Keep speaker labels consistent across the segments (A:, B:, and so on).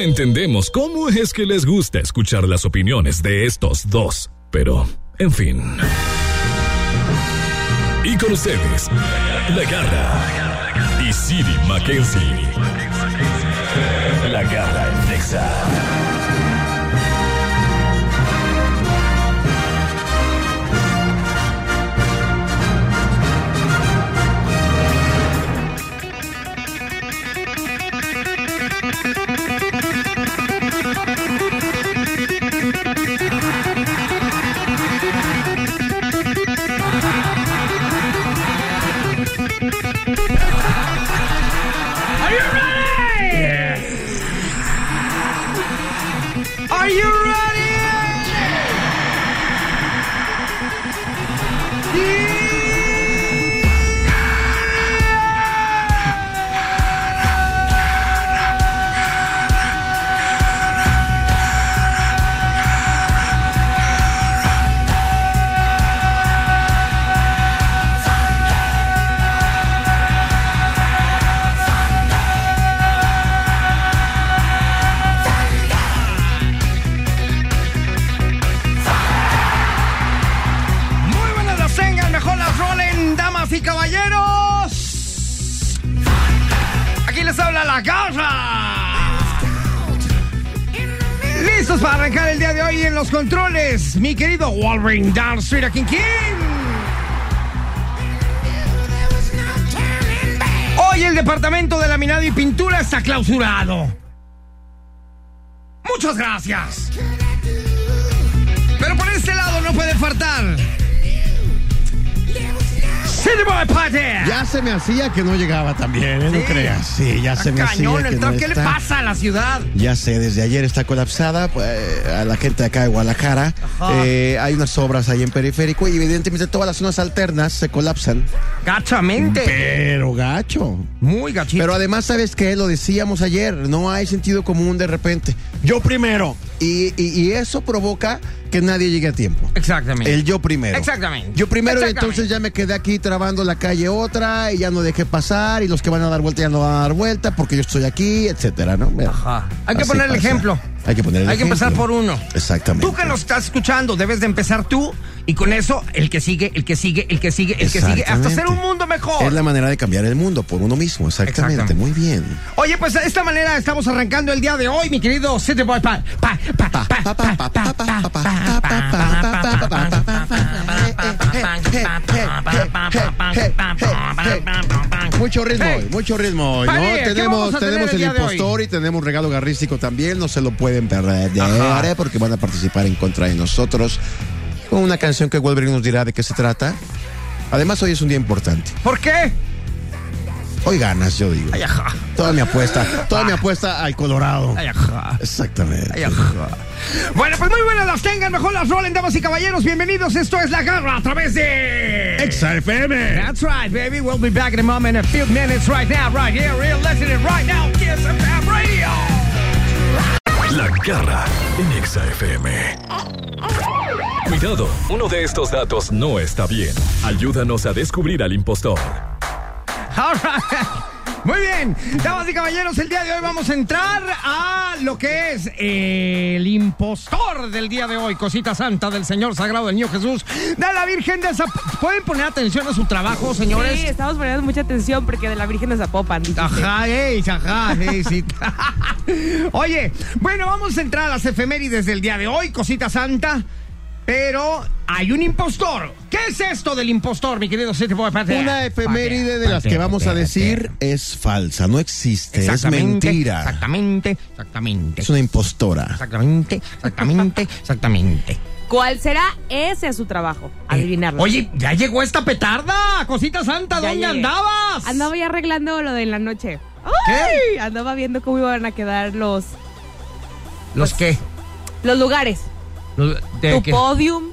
A: entendemos cómo es que les gusta escuchar las opiniones de estos dos, pero, en fin. Y con ustedes, La Garra y Siri Mackenzie. La Garra en Texas.
B: Are you ready? Muy buenas las tengan, mejor las rolen, damas y caballeros. Aquí les habla la garra. Listos para arrancar el día de hoy en los controles, mi querido Wolverine Darcy, a King Hoy el departamento de laminado y pintura está clausurado. Muchas gracias. Pero por este lado no puede faltar. Cinema de Pate.
C: Ya se me hacía que no llegaba también, ¿eh?
B: Sí.
C: no creas. Sí, ya se me
B: Cañón,
C: hacía que
B: el
C: no
B: tráfico, ¿qué le
C: está.
B: pasa a la ciudad?
C: Ya sé, desde ayer está colapsada pues, eh, a la gente de acá de Guadalajara.
B: Ajá.
C: Eh, hay unas obras ahí en periférico y evidentemente todas las zonas alternas se colapsan.
B: Gachamente.
C: Pero gacho.
B: Muy gachito.
C: Pero además, ¿sabes qué? Lo decíamos ayer, no hay sentido común de repente. Yo primero. Y, y- y eso provoca que nadie llegue a tiempo.
B: Exactamente.
C: El yo primero.
B: Exactamente.
C: Yo primero y
B: Exactamente.
C: entonces ya me quedé aquí trabando la calle otra y ya no dejé pasar y los que van a dar vuelta ya no van a dar vuelta porque yo estoy aquí, etcétera, ¿no? Mira,
B: Ajá. Ah, Hay que
C: así
B: poner el
C: pasa.
B: ejemplo.
C: Hay que poner el
B: Hay que empezar
C: ejemplo.
B: por uno.
C: Exactamente.
B: Tú que nos estás escuchando, debes de empezar tú y con eso el que sigue, el que sigue, el que sigue, el que sigue, hasta
C: Exactamente.
B: ser un mundo mejor.
C: Es la manera de cambiar el mundo por uno mismo, exactamente.
B: Exactamente.
C: Muy bien.
B: Oye, pues de esta manera estamos arrancando el día de hoy, mi querido City Boy Pa- pa- pa- pa- pa- pa- pa- pa- pa-
C: Mucho ritmo
B: Hey.
C: hoy, mucho ritmo hoy, ¿no?
B: Padre, ¿qué vamos
C: Tenemos,
B: a tener
C: tenemos
B: el
C: el,
B: día de
C: impostor y tenemos un regalo garrístico también, no se lo pueden perder
B: Ajá.
C: porque van a participar en contra de nosotros con una canción que Wolverine nos dirá de qué se trata. Además, hoy es un día importante.
B: ¿Por qué?
C: Hoy ganas, yo digo.
B: Ay, ajá. Ah.
C: Toda mi apuesta, toda mi apuesta al Colorado.
B: Ay, ajá. Ay,
C: Exactamente.
B: ajá. Bueno, pues muy buenas las tengan, mejor las rolen, damas y caballeros. Bienvenidos, esto es La Garra a través de...
C: FM.
B: That's right, baby. We'll be back in a moment, in a few minutes right now, right here, real listening right now. Kiss FM Radio.
A: La Garra en Exa FM. Cuidado, uno de estos datos no está bien. Ayúdanos a descubrir al impostor.
B: All right. Muy bien, damas y caballeros, el día de hoy vamos a entrar a lo que es eh, el impostor del día de hoy, cosita santa del Señor Sagrado del Niño Jesús, de la Virgen de Zap... ¿Pueden poner atención a su trabajo, señores?
D: Sí, estamos poniendo mucha atención porque de la Virgen de Zapopan. dijiste.
B: Ajá, ey, ajá, ey, sí. Oye, bueno, vamos a entrar a las efemérides del día de hoy, cosita santa. Pero hay un impostor. ¿Qué es esto del impostor, mi querido Siete Boy Patea?
C: Una efeméride de las
B: Patea,
C: que vamos a
B: patea,
C: decir es falsa, no existe, es
B: Exactamente,
C: mentira.
B: Exactamente, exactamente.
C: Es una impostora.
B: Exactamente, exactamente, exactamente.
D: ¿Cuál será ese su trabajo? Adivinarlo.
B: Eh, Oye, ya llegó esta petarda, cosita santa,
D: Ya
B: ¿dónde
D: llegué. Ah,
B: andabas?
D: Andaba ya arreglando lo de la noche.
B: ¿Qué?
D: Ay, Andaba viendo cómo iban a quedar los,
B: ¿Los qué?
D: los lugares.
B: Los- de
D: tu
B: qué?
D: podium.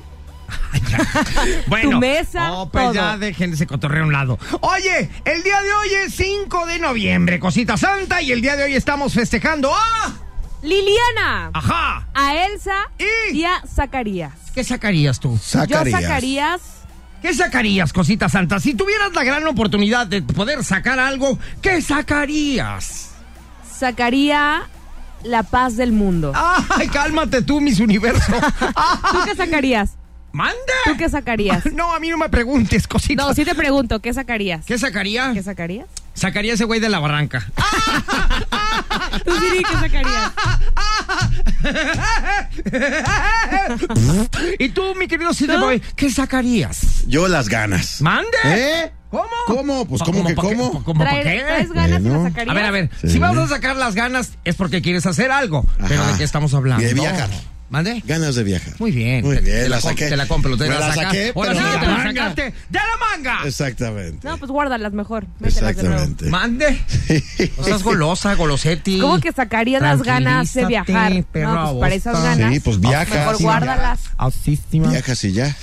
B: Bueno,
D: Tu mesa,
B: oh, pues
D: todo.
B: ya dejen ese cotorreo a un lado. Oye, el día de hoy es 5 de noviembre, cosita santa, y el día de hoy estamos festejando a.
D: Liliana.
B: ¡Ajá!
D: A Elsa
B: Ah. Y-
D: y a Zacarías.
B: ¿Qué sacarías tú?
D: Yo
C: Zacarías.
D: Zacarías.
B: ¿Qué sacarías, cosita santa? Si tuvieras la gran oportunidad de poder sacar algo, ¿qué sacarías?
D: Sacaría la paz del mundo.
B: ¡Ay, cálmate tú, mis universo!
D: ¿Tú qué sacarías?
B: ¡Mande!
D: ¿Tú qué sacarías?
B: No, a mí no me preguntes, cosita.
D: No, sí te pregunto, ¿qué sacarías?
B: ¿Qué sacaría?
D: ¿Qué Ah. sacarías?
B: Sacaría ese güey de la barranca. Ah.
D: Tú Siri, ¿qué sacarías?
B: ¿Y tú, mi querido City Boy, qué sacarías?
C: Yo las ganas.
B: ¿Mande?
C: ¿Eh?
B: ¿Cómo?
C: ¿Cómo? Pues,
B: Pa-
C: ¿cómo que
B: pa' qué?
C: cómo?
B: Pa- ¿Cómo pa'
D: Traer-
B: qué?
D: ¿Traes ganas y
C: Bueno.
D: la
B: A
D: sacarías?
B: ver, a ver,
C: Sí.
B: si vamos a sacar las ganas es porque quieres hacer algo. Pero
C: Ajá.
B: ¿de qué estamos hablando?
C: Y de viajar.
B: ¿Mande?
C: Ganas de viajar.
B: Muy bien.
C: Muy
B: te-
C: bien,
B: te
C: la
B: com-
C: saqué.
B: Te la compro, te
C: Me
B: la,
C: la
B: saca-
C: saqué,
B: Ahora
C: pero
B: sí
C: de
B: que
C: la
B: te la
C: manga. Este.
B: sacaste. ¡De la manga!
C: Exactamente.
D: No, pues guárdalas mejor. Mételas de nuevo.
C: Exactamente.
B: ¿Mande? No seas golosa, golosetti.
D: ¿Cómo que sacaría las ganas de viajar?
B: Tranquilízate, perro,
D: no, pues para esas
B: abosta.
D: ganas.
C: Sí, pues viaja,
D: Mejor
C: sí,
D: guárdalas.
B: Ausísima.
C: Viajas y ya.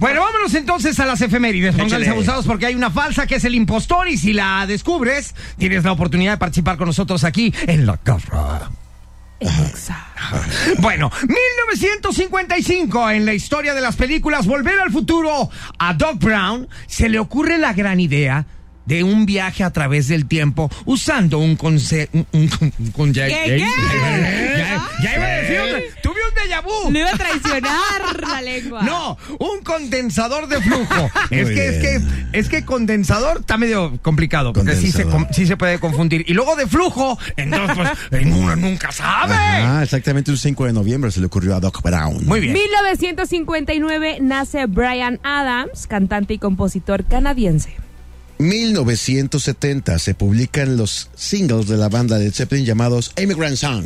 B: Bueno, vámonos entonces a las efemérides. Pónganse
C: Échale.
B: abusados porque hay una falsa que es el impostor y si la descubres, tienes la oportunidad de participar con nosotros aquí en la garra.
D: Exacto.
B: Bueno, 1955, en la historia de las películas Volver al Futuro, a Doc Brown se le ocurre la gran idea de un viaje a través del tiempo usando un conce... Un, un- un- un con- ya,
D: ¿Qué, ¿Eh? qué?
B: ya- ya iba a decir, otra- tuve un déjà vu.
D: Le iba a traicionar la lengua.
B: No, un condensador de flujo. es,
C: Muy
B: que, es, que,
C: bien.
B: es que condensador está medio complicado, porque sí se,
C: Condensador.
B: com- sí se puede confundir. Y luego de flujo, entonces pues en uno nunca sabe.
C: Ah, exactamente un 5 de noviembre se le ocurrió a Doc Brown.
B: Muy bien.
D: 1959 nace Brian Adams, cantante y compositor canadiense.
C: 1970 se publican los singles de la banda de Zeppelin llamados Immigrant Song.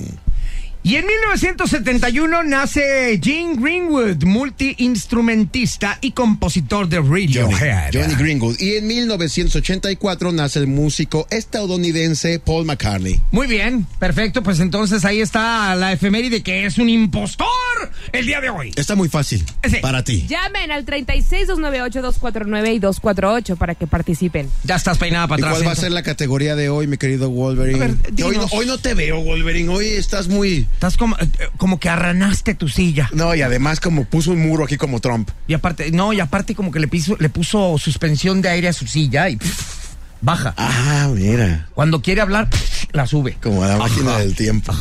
B: Y en 1971 nace Gene Greenwood, multiinstrumentista y compositor de Radiohead.
C: Johnny Greenwood. Y en 1984 nace el músico estadounidense Paul McCartney.
B: Muy bien, perfecto. Pues entonces ahí está la efeméride que es un impostor el día de hoy.
C: Está muy fácil
B: Sí.
C: para ti.
D: Llamen al 36-298-249 y 248 para que participen.
B: Ya estás peinada para
C: ¿Y
B: atrás. ¿eh?
C: cuál va a
B: entonces.
C: ser la categoría de hoy, mi querido Wolverine?
B: A ver,
C: Que hoy, no,
B: dinos.
C: hoy no te veo, Wolverine. Hoy estás muy.
B: Estás como, eh, como que arranaste tu silla.
C: No, y además, como puso un muro aquí como Trump.
B: Y aparte, no, y aparte como que le, piso, le puso suspensión de aire a su silla y pff, baja.
C: Ah, mira.
B: Cuando quiere hablar, pff, la sube.
C: Como la máquina del tiempo.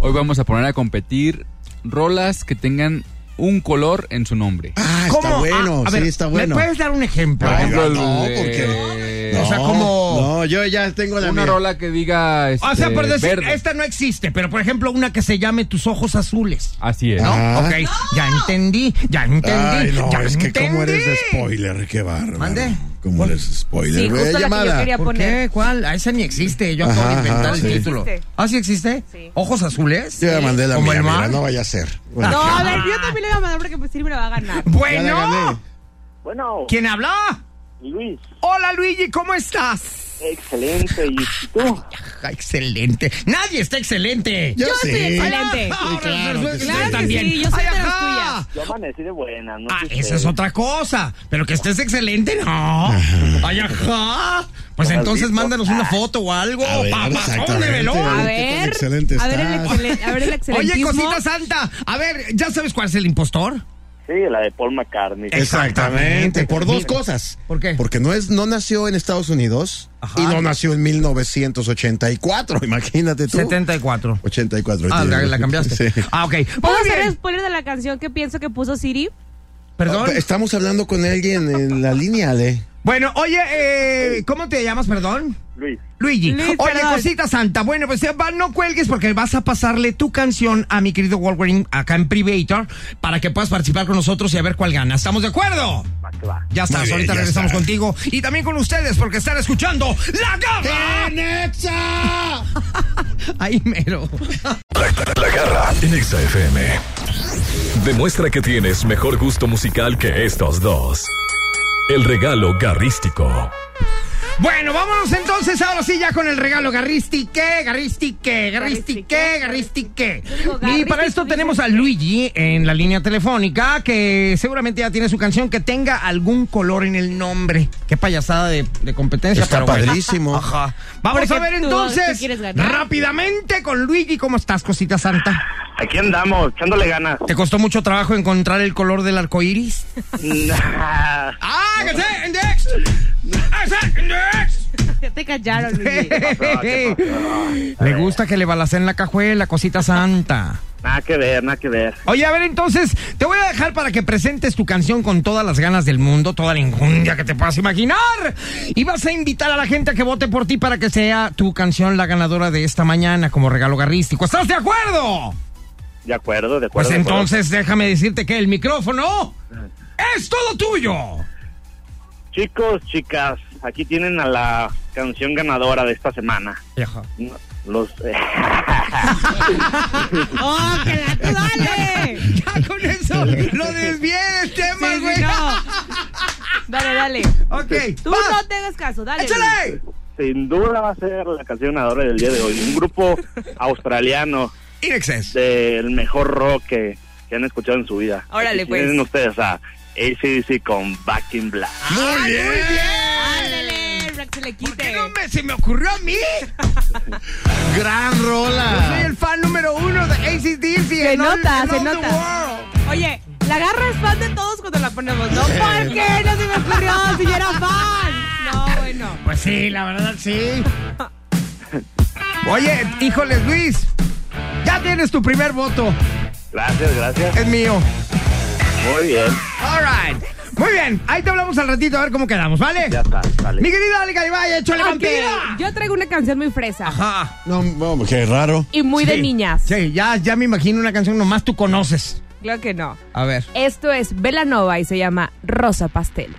E: Hoy vamos a poner a competir rolas que tengan un color en su nombre.
C: Ah, está
B: ¿Cómo?
C: bueno.
B: Ah, a
C: sí,
B: ver,
C: está bueno.
B: ¿Me puedes dar un ejemplo?
E: Por ejemplo, el
C: no,
E: de-
C: porque-
B: O sea, como-
C: No, yo ya tengo la
E: Una
C: mía.
E: rola que diga.
B: o sea,
E: este,
B: por decir,
E: verde.
B: esta no existe, pero por ejemplo, una que se llame Tus ojos azules.
E: Así es.
B: ¿No?
C: Ah.
B: Ok, ya entendí, ya entendí.
C: Ay, no,
B: ya
C: es que cómo
B: entendí.
C: eres de spoiler, qué bárbaro.
B: ¿Mande?
C: ¿Cómo eres de spoiler?
D: Sí,
C: Ve,
D: justo la que yo
C: llamada.
D: quería
B: ¿Por
D: poner.
B: qué? ¿Cuál? A esa ni existe. Yo acabo
C: Ajá,
B: de inventar
C: ajá,
B: el
C: sí.
B: título.
D: Existe.
B: ¿Ah, sí existe?
D: Sí.
B: ¿Ojos azules?
C: Yo ya mandé la
B: ¿Como
C: mía,
B: el
C: mira,
B: mar?
C: no vaya a ser. Bueno,
D: No, a ver, yo también le voy a mandar porque pues Siri me la va a ganar.
C: ya la gané.
B: Bueno,
F: Bueno,
B: ¿quién habla?
F: Luis,
B: Hola Luigi, ¿cómo estás?
F: excelente. ¿Y tú?
B: Ah, excelente. Nadie está excelente.
C: Yo,
D: soy
C: sí.
D: excelente.
B: Ah, ahora
C: claro
B: resulta que
C: que sí.
B: ustedes
C: Claro que
B: también.
D: sí, yo soy
B: Ay,
D: de las
B: ajá.
D: tuyas.
F: Yo amanecí de buena, ¿no?
B: Ah,
F: sé
B: esa es
F: ustedes.
B: otra cosa. Pero que estés excelente, no. Ay, ajá. Pues
F: Como
B: entonces
F: dijo.
B: mándanos una foto o algo.
C: A ver,
B: Papasónemelo.
C: exactamente.
D: A
C: Qué tan
D: ver,
C: excelente
D: a ver el
C: estás.
D: excelente, a ver el
B: Oye,
D: excelentismo.
B: cosita santa. A ver, ¿ya sabes cuál es el impostor?
F: Sí, la de Paul McCartney.
C: Exactamente, por dos
B: Mira.
C: cosas.
B: ¿Por qué?
C: Porque no es no nació en Estados Unidos
B: Ajá.
C: y no nació en 1984, imagínate tú.
B: 74.
C: 84.
B: Ah, la, la cambiaste.
C: Sí.
B: Ah, ok.
D: ¿Puedo
B: Muy
D: hacer
B: bien.
D: spoiler de la canción que pienso que puso Siri?
B: Perdón.
C: Estamos hablando con alguien en la línea de
B: Bueno, oye, eh, ¿cómo te llamas, perdón?
F: Luis,
B: Luigi,
D: Luis,
B: oye,
D: perdón.
B: cosita santa. Bueno, pues eh, va, no cuelgues porque vas a pasarle tu canción a mi querido Wolverine acá en Privator para que puedas participar con nosotros y a ver cuál gana. ¿Estamos de acuerdo?
F: va que va.
B: Ya estás,
C: bien,
B: ahorita
C: ya
B: regresamos
C: está.
B: contigo y también con ustedes porque están escuchando La Garra.
C: ¡Nexa!
B: Ahí mero.
A: La garra en Exa FM. Demuestra que tienes mejor gusto musical que estos dos. El regalo garrístico.
B: Bueno, vámonos entonces ahora sí ya con el regalo garristique, garristique, garristique, garristique.
D: Yo digo
B: Y para esto
D: garrístico,
B: tenemos a Luigi en la línea telefónica que seguramente ya tiene su canción que tenga algún color en el nombre. Qué payasada de, de competencia.
C: Está
B: pero bueno.
C: padrísimo.
B: Ajá. Vamos a
D: Porque
B: ver
D: tú- tú
B: entonces
D: quieres ganar.
B: rápidamente con Luigi. ¿Cómo estás, cosita santa?
F: Aquí andamos, echándole ganas.
B: ¿Te costó mucho trabajo encontrar el color del arco iris?
F: Nah.
B: ¡Ah, que sé, index! ¡Ah, sé, index!
D: Ya te callaron, Luigi.
B: Le gusta que le balacen la cajuela, cosita santa.
F: Nada que ver, nada que ver.
B: Oye, a ver, entonces, te voy a dejar para que presentes tu canción con todas las ganas del mundo, toda la injundia que te puedas imaginar. Y vas a invitar a la gente a que vote por ti para que sea tu canción la ganadora de esta mañana como regalo garrístico. ¿Estás de acuerdo?
F: De acuerdo, de acuerdo.
B: Pues
F: de acuerdo.
B: entonces déjame decirte que el micrófono es todo tuyo.
F: Chicos, chicas, aquí tienen a la canción ganadora de esta semana. Los.
D: ¡Oh, que la tú dale!
B: Ya con eso lo desvié del
D: Sí,
B: tema,
D: sí,
B: güey.
D: no. Dale, dale.
B: Ok,
D: Tú
B: vas.
D: no te hagas caso, dale. Luigi.
B: ¡Échale!
F: Sin duda va a ser la canción ganadora del día de hoy. Un grupo australiano
B: In Excess.
F: del mejor rock que, que han escuchado en su vida.
D: Órale,
F: Aquí Tienen
D: pues.
F: ustedes a ACDC con Back in Black.
B: Muy
D: Ándale, para que se le
B: ¿Por qué
D: quite.
B: no me, se me ocurrió a mí?
C: Gran
B: Soy
C: rola.
B: el fan número uno de ACDC.
D: Se
B: en all-
D: nota,
B: en
D: se
B: all the
D: nota.
B: world.
D: Oye, la garra es fan de todos cuando la ponemos, ¿no? ¿Por qué no se me ocurrió si yo era fan? No, bueno.
B: Pues sí, la verdad sí. Oye, híjoles, Luis. Ya tienes tu primer voto.
F: Gracias, gracias.
B: Es mío.
F: Muy bien.
B: All right. Muy bien, ahí te hablamos al ratito a ver cómo quedamos, ¿vale?
F: Ya está, sale.
B: Mi querida Ale Garibay, échale
D: Ok,
B: vampira.
D: Yo traigo una canción muy fresa
B: Pues Ajá.
C: No, no, qué raro.
D: y muy de
B: Sí,
D: niñas.
B: Sí, ya, ya me imagino una canción nomás tú conoces.
D: Claro que no.
B: A ver.
D: Esto es Velanova y se llama Rosa Pastel.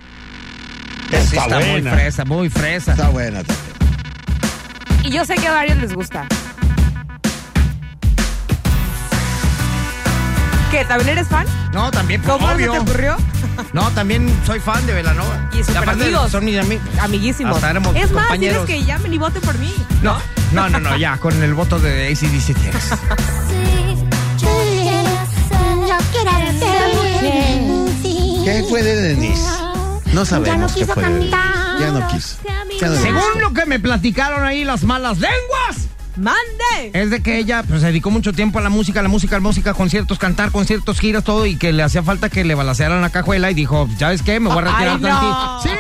B: Sí,
C: Está
B: está muy
C: buena.
B: fresa, muy fresa.
C: Está buena.
D: Y yo sé que a varios les gusta. ¿Qué? ¿También eres fan?
B: No, también, pues,
D: ¿Cómo se
B: obvio.
D: te ocurrió?
B: No, también soy fan de Velanova.
D: Y súper
B: Aparte,
D: amigos. Ah,
B: Son mis amigos.
D: Amiguísimos.
B: Hasta éramos
D: es más,
B: compañeros.
D: tienes que llamen y voten por mí.
B: No, no, no, no, ya, con el voto de ACDC tienes.
C: ¿Qué fue de Denise? No sabemos qué
G: quiso
C: fue de Denise.
G: cantar.
C: Ya no quiso. Ya no le
B: Según
C: gustó.
B: lo que me platicaron ahí las malas lenguas,
D: ¡Mande!
B: es de que ella pues, se dedicó mucho tiempo a la música, la música, la música, conciertos, cantar, conciertos, giras, todo, y que le hacía falta que le balacearan la cajuela y dijo, ¿sabes qué? Me voy a retirar
D: ¡Ay, no!
B: tantito". ¡Sí!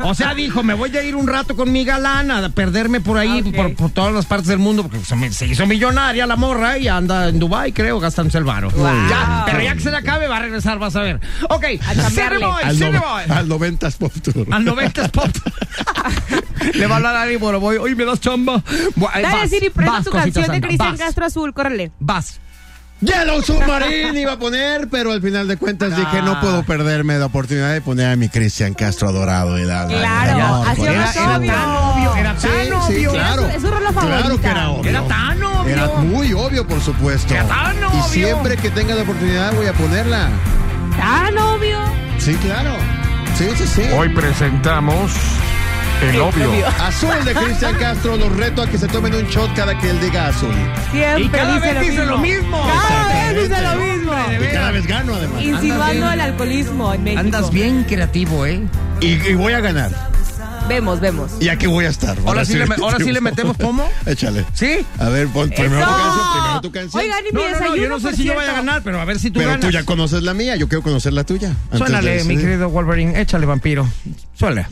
B: O sea, dijo, me voy a ir un rato con mi galana, a perderme por ahí,
D: Ok.
B: por, por todas las partes del mundo, porque se, me- se hizo millonaria la morra y anda en Dubai creo, gastándose el varo.
D: Wow.
B: Ya, pero ya que se le acabe, va a regresar, vas a ver. Ok, Cine
D: chambearle.
B: Boy,
C: Al,
B: Cine
C: no-
B: Boy.
C: al 90 Pop Tour.
B: Al 90 es pop. Le va a hablar a Ari Boroboy. Oye, me das chamba. Bu- eh,
D: Dale,
B: vas,
D: Siri, prende
B: vas,
D: tu
B: cosita
D: canción de
B: santa,
D: Cristian
B: vas,
D: Castro Azul, córrele.
B: Vas.
C: Yellow Submarine iba a poner, pero al final de cuentas dije no puedo perderme la oportunidad de poner a mi Cristian Castro adorado. y la- la-
D: Claro,
C: el amor
D: así
C: por
D: era
C: él.
D: obvio.
B: tan obvio. Era
C: Sí,
B: tan
C: sí,
B: obvio.
C: claro.
D: Es su rola
C: Claro que
D: favorita.
C: era obvio.
B: Era tan obvio.
C: Era muy obvio, por supuesto.
B: Era tan obvio.
C: Y siempre que tenga la oportunidad voy a ponerla.
D: Tan obvio.
C: Sí, claro. Sí, sí, sí.
H: Hoy presentamos el obvio.
C: Azul de Cristian Castro, los reto a que se tomen un shot cada que él diga azul.
D: Siempre
B: Y cada vez dice lo mismo.
D: Cada vez dice lo
B: Exactamente.
D: mismo.
B: Hombre, de
C: Y cada
B: veras.
C: vez gano, además.
D: Insinuando el alcoholismo en México.
B: Andas bien creativo, ¿eh?
C: Y, y voy a ganar.
D: Vemos, vemos.
C: Y aquí voy a estar.
B: Ahora sí le me- ahora sí le metemos pomo.
C: Échale.
B: ¿Sí.
C: A ver, pon primero tu
D: ¡Eso!
C: canción, primero tu canción.
D: Oigan, y mi
B: No, no,
D: desayuno,
B: no, yo no sé
D: por
B: si yo
D: cierto.
B: vaya a ganar, pero a ver si tú
C: Pero tú
B: ganas.
C: ya conoces la mía, yo quiero conocer la tuya. Antes de
B: Suénale, mi
C: decidir.
B: querido Wolverine. Échale, vampiro. Suele.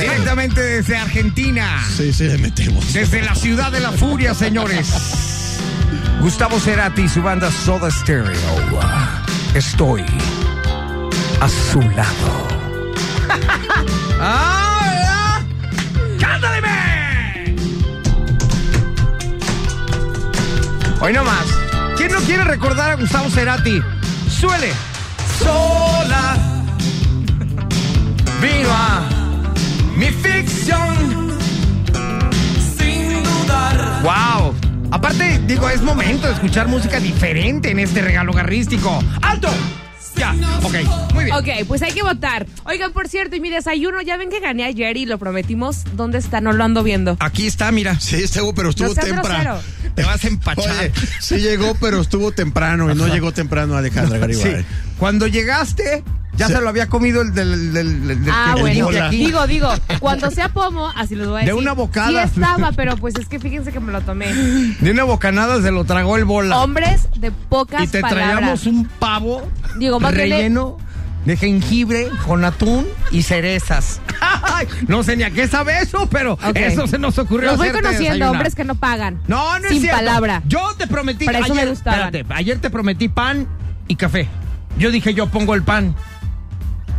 B: Directamente desde Argentina.
C: Sí, sí, le metemos.
B: Desde la ciudad de la furia, señores. Gustavo Cerati y su banda Soda Stereo. Estoy a su lado. ¡Ah! ¿verdad? ¡Cántale, men! Hoy nomás. ¿Quién no quiere recordar a Gustavo Cerati? Suele. Sola. Vino a mi ficción. ¡Wow! Aparte, digo, es momento de escuchar música diferente en este regalo garrístico. ¡Alto! Ya, ok, muy bien.
D: Ok, pues hay que votar. Oigan, por cierto, y mi desayuno, ya ven que gané ayer y lo prometimos. ¿Dónde está? No lo ando viendo.
B: Aquí está, mira.
C: Sí, estuvo, pero estuvo
D: No seas
C: temprano.
D: grosero.
B: Te vas a empachar.
C: Oye, sí llegó, pero estuvo temprano. Y no llegó temprano Alejandra Garibay.
B: Sí. Cuando llegaste, ya
C: Sí.
B: se lo había comido el del. del- del- del-
D: Ah,
B: que
D: bueno.
B: limpia aquí.
D: Digo, digo, cuando sea pomo, así los voy a
B: De
D: decir.
B: una bocada.
D: Sí estaba, pero pues es que fíjense que me lo tomé.
B: De una bocanada se lo tragó el bola.
D: Hombres de Oh, pocas
B: y te
D: palabras.
B: traíamos un pavo
D: Digo, más bien de-
B: relleno de jengibre con atún y cerezas. Ay, no sé ni a qué sabe eso, pero
D: Ok.
B: eso se nos ocurrió.
D: Los voy
B: hacerte
D: conociendo,
B: desayunar.
D: hombres que no pagan.
B: No, no
D: Sin
B: es cierto.
D: palabra.
B: Yo te prometí.
D: Para eso me
B: ayer,
D: gustaban.
B: espérate, ayer te prometí pan y café. Yo dije, yo pongo el pan.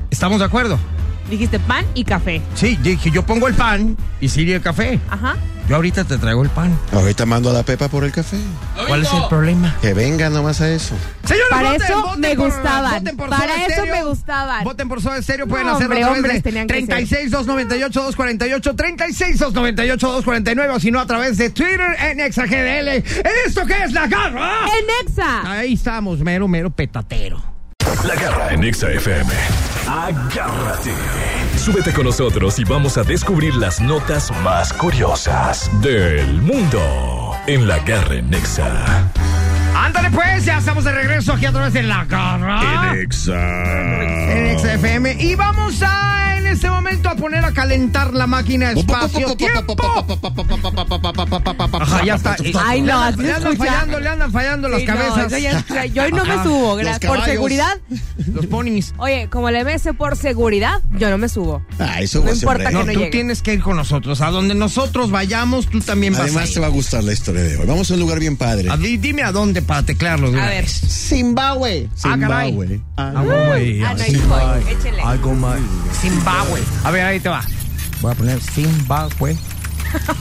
B: ¿Estamos de acuerdo?
D: Dijiste pan y café.
B: Sí, dije, yo pongo el pan y Siri el café.
D: Ajá.
B: Yo ahorita te traigo el pan.
C: Ahorita mando a la Pepa por el café.
B: ¿Cuál es el problema?
C: Que venga nomás a eso.
B: Señores,
D: Para
B: voten,
D: eso
B: voten
D: me
B: por-
D: gustaban.
B: voten por
D: Para
B: Soda
D: eso
B: Stereo.
D: me gustaban.
B: Voten por Soda Stereo, pueden
D: No,
B: hacerlo
D: hombre,
B: a través
D: hombres
B: de
D: tenían que
B: 36 298 248 36 298 249 o si no a través de Twitter en ExaGDL. En esto que es la garra.
D: En Exa.
B: Ahí estamos, mero mero petatero.
A: La garra en Exa FM. Agárrate. Súbete con nosotros y vamos a descubrir las notas más curiosas del mundo en la garra en Exa.
B: Ándale pues, ya estamos de regreso aquí a través de la garra. en XFM. Y vamos a, en este momento, a poner a calentar la máquina espacio-tiempo. Ajá, ya está.
D: Ay, no, así
B: Le andan
D: escucha.
B: fallando, le andan fallando las
D: Sí, no,
B: cabezas.
D: eso ya- ya- yo hoy no me
B: Ajá,
D: subo,
C: los
D: gra- por
C: caballos.
D: seguridad.
B: Los ponis.
D: Oye, como le MS por seguridad, yo no me subo.
C: Ah, eso
D: No
C: va a ser
D: importa
C: breve.
D: que
B: No,
D: no
B: tú
D: llegue.
B: tienes que ir con nosotros. A donde nosotros vayamos, tú también vas
C: Además,
B: a
C: te
B: ir.
C: va a gustar la historia de hoy. Vamos a un lugar bien padre.
B: A di- dime a dónde para teclarlos.
D: A ver.
C: Zimbabue.
B: Ah, caray.
C: Zimbabue.
D: Ah, no, ahí voy. Échele.
B: Zimbabue. A ver, ahí te va. Voy a poner Zimbabue.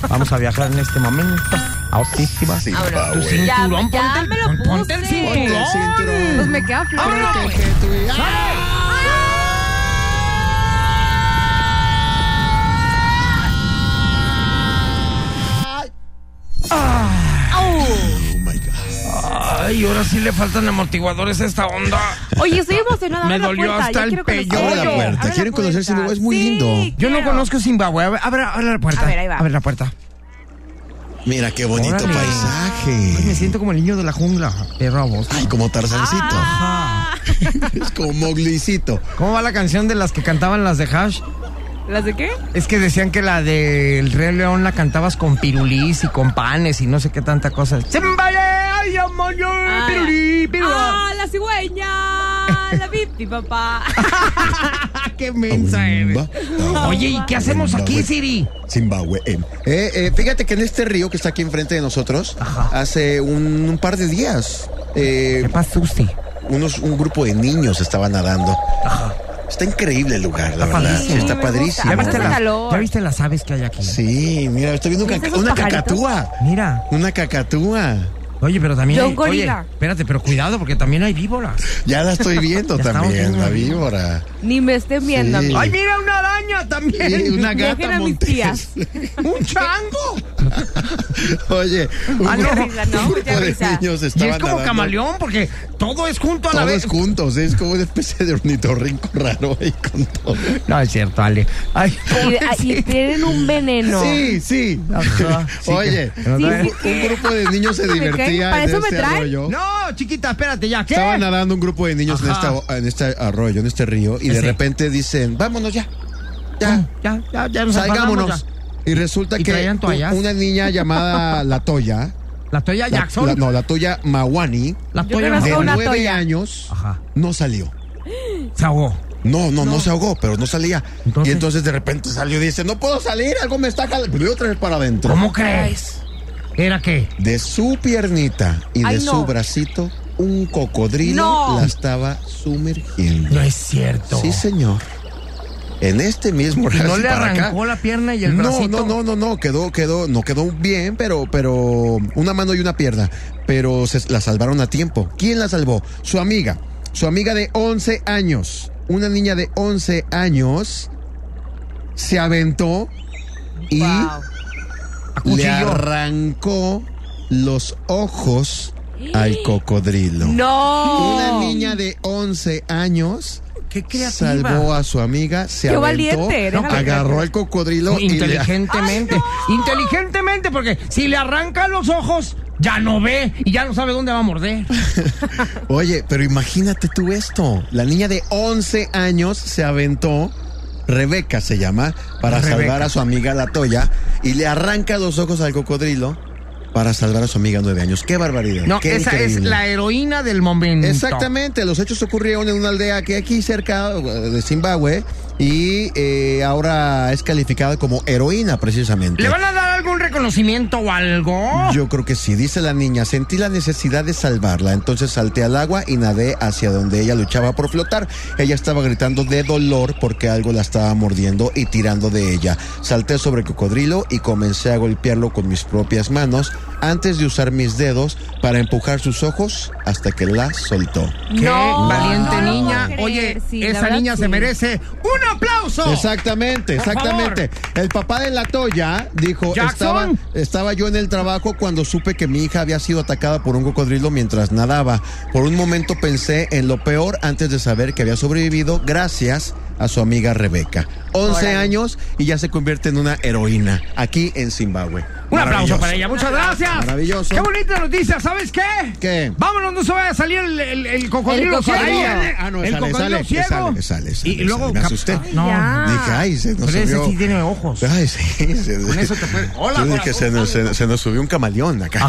B: Vamos a viajar en este momento. A Otísima. Tu
C: Zimbabue.
B: cinturón,
D: Ya- ya me lo
B: ponte, ponte el
D: puse.
B: cinturón.
C: Ah, El cinturón.
D: Pues me queda flojo.
B: ¡Vámonos! Ah.
C: Oh my God.
B: Ay, ahora sí le faltan amortiguadores a esta onda.
D: Oye, estoy emocionada.
B: Me
D: abre la
B: dolió
D: puerta,
B: hasta
D: yo
B: el
D: quiero conocer-
B: pello. Abre la
D: Oye,
C: puerta,
D: abre la
C: quieren conocer ese lugar, es muy
D: Sí, Ah.
C: lindo.
B: Yo no
D: quiero.
B: conozco Zimbabue. A ver, Abre, abre la puerta.
D: A ver, ahí va.
B: Abre la puerta.
C: Mira qué bonito
B: Órale. Ay, me
C: paisaje.
B: siento como el niño de la jungla. Perro a vos.
C: Ay, como Tarzancito.
B: Ah. Ajá.
C: Es como Moglicito.
B: ¿Cómo va la canción de las que cantaban las de Hash?
D: ¿Las de qué?
B: Es que decían que la del Rey León la cantabas con pirulís y con panes y no sé qué tanta cosa. Zimbabue, ay, amor, yo,
D: Ah,
B: pirulí, pirulí.
D: Ah, la cigüeña. La pipi, papá.
B: Ah, qué mensa eres. Oye, ¿y qué hacemos aquí, Siri?
C: Zimbabue. Eh, eh, fíjate que en este río que está aquí enfrente de nosotros,
B: Ajá.
C: hace un, un par de días, eh,
B: ¿Qué pasa, Susi?
D: Ah,
C: unos, un grupo de niños estaba nadando. Está increíble el lugar, la
B: Está
C: verdad.
B: padrísimo.
C: Sí, está
D: Sí, me gusta.
C: padrísimo.
B: ¿Ya viste,
D: Aparte hace
B: las,
D: calor.
B: ya viste las aves que hay aquí?
C: Sí, mira, estoy viendo una,
D: ¿Ves
C: ca-
D: esos
C: una
D: pajaritos?
C: cacatúa.
B: Mira,
C: Una cacatúa.
B: oye, pero también
D: Yo
B: hay...
D: un gorila.
B: Oye, espérate, pero cuidado porque también hay víboras.
C: Ya la estoy viendo
B: Ya estamos
C: también,
B: viendo
C: la
B: la
C: víbora.
D: Ni me estén viendo a mí.
C: Sí.
B: ¡Ay, mira, una araña también!
C: Y una
D: Dejen
C: gata
D: a mis
C: montés.
D: tías.
B: ¡Un chango!
C: Oye, un,
B: Ah, no,
C: grupo-
D: risa, ¿no?
C: un grupo
D: Ya
C: de
D: risa.
C: niños
B: Y
C: estaban
B: es como
C: nadando
B: camaleón porque todo es junto a la
C: Todos
B: vez.
C: juntos, es como una especie de ornitorrinco raro ahí con todo.
B: No, es cierto, Ale. Ay,
D: Y, y tienen un veneno.
C: Sí, sí.
B: Ajá, sí,
C: Oye,
B: que- que nos
D: Sí,
B: traen.
D: sí.
C: un, un grupo de niños se
D: Me caen,
C: divertía
D: ¿para
C: en
D: eso me
C: este
D: traen?
C: arroyo.
B: No, chiquita, espérate ya. ¿Qué?
C: Estaban nadando un grupo de niños en,
B: Ajá.
C: esta- en este arroyo, en este río, y de
B: Ese.
C: repente dicen, vámonos ya, ya,
B: Ya, ya, ya nos
C: salgámonos.
B: acordamos ya.
C: Y resulta
B: ¿Y
C: que
B: traían toallas?
C: u- una niña llamada La Toya,
B: La toalla
C: la-
B: Jackson.
C: la- no, La Toya Mawani,
B: La toalla
D: Yo creo que
C: de
D: Con
B: Jackson.
D: una
C: nueve
D: Toya.
C: años,
B: Ajá.
C: no salió.
B: Se ahogó.
C: No, no, no, se ahogó, pero no salía.
B: Entonces.
C: y entonces de repente salió y dice, no puedo salir, algo me está jalando. Pero yo otra vez para adentro.
B: ¿Cómo crees? ¿Era qué?
C: De su piernita y
D: Ay,
C: de
D: no.
C: su bracito, un cocodrilo
D: No.
C: la estaba sumergiendo.
B: No es cierto.
C: Sí, señor. En este mismo
B: ¿Y no
C: así
B: le
C: para acá.
B: arrancó la pierna y el
C: no,
B: bracito?
C: no, no, no, no, quedó, quedó, no quedó bien, pero, pero una mano y una pierna, pero se, la salvaron a tiempo. ¿Quién la salvó? Su amiga, su amiga de 11 años, una niña de 11 años se aventó y
D: Wow.
C: le
B: Acuchilló.
C: arrancó los ojos al cocodrilo.
D: No.
C: Una niña de 11 años
B: Qué creativa.
C: salvó a su amiga, se
D: Qué
C: aventó,
D: valiente, déjala que-
C: agarró al cocodrilo y le,
B: Inteligentemente. Inteligentemente, porque si le arrancan los ojos, ya no ve y ya no sabe dónde va a morder.
C: Oye, pero imagínate tú esto. La niña de 11 años se aventó, Rebeca se llama, para
B: Rebeca.
C: salvar a su amiga la Toya y le arranca los ojos al cocodrilo para salvar a su amiga nueve años. ¡Qué barbaridad!
B: No,
C: qué
B: esa es
C: increíble.
B: la heroína del momento.
C: Exactamente, los hechos ocurrieron en una aldea que aquí cerca eh, de Zimbabue y eh, ahora es calificada como heroína precisamente.
B: ¿Le van a dar algún reconocimiento o algo?
C: Yo creo que sí, dice la niña, sentí la necesidad de salvarla, entonces salté al agua y nadé hacia donde ella luchaba por flotar. Ella estaba gritando de dolor porque algo la estaba mordiendo y tirando de ella. Salté sobre el cocodrilo y comencé a golpearlo con mis propias manos antes de usar mis dedos para empujar sus ojos hasta que la soltó.
B: Qué
D: No,
B: valiente
D: no lo
B: niña.
D: puedo creer,
B: Oye,
D: sí, la
B: esa
D: verdad
B: niña se
D: sí.
B: merece un aplauso.
C: Exactamente,
B: Por
C: exactamente. El papá de la Toya dijo, estaba,
B: Jackson.
C: estaba yo en el trabajo cuando supe que mi hija había sido atacada por un cocodrilo mientras nadaba. Por un momento pensé en lo peor antes de saber que había sobrevivido gracias a su amiga Rebeca. 11 años y ya se convierte en una heroína aquí en Zimbabue.
B: Un aplauso
C: Maravilloso.
B: para ella, muchas gracias.
C: Maravilloso.
B: Qué bonita noticia, ¿sabes qué?
C: ¿Qué?
B: Vámonos, no se vaya a salir el, el, el cocodrilo
D: El
B: ciego.
D: cocodrilo.
C: Ah, no,
B: el
C: sale,
B: cocodrilo
C: sale,
B: ciego.
C: sale, sale, sale,
B: y luego
C: sale, me
B: cap-
C: asusté.
B: Ay, No,
D: ya.
C: Dije, ay, se nos
B: pero ese
C: subió".
B: sí tiene ojos.
C: Pues, Ay, sí. se-
B: Con eso te fue- Hola,
C: Yo dije,
B: corazón.
C: se nos, se- se nos subió un camaleón acá.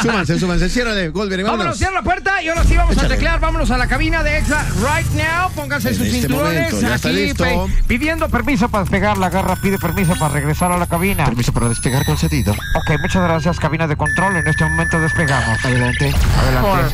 C: súmanse, súmanse. Ciérrale, Goldberg.
B: Vámonos,
C: Vámonos.
B: cierra la puerta y ahora sí vamos
C: Échale.
B: a teclear. Vámonos a la cabina de Exa right now. Pónganse
C: En
B: sus
C: este
B: cinturones.
C: momento, ya está listo.
B: pe- pidiendo permiso para despegar. La garra pide permiso para regresar a la cabina.
C: Permiso para despegar concedido.
B: Ok, muchas gracias, cabina de control. En este momento despegamos.
C: Adelante.
B: Adelante.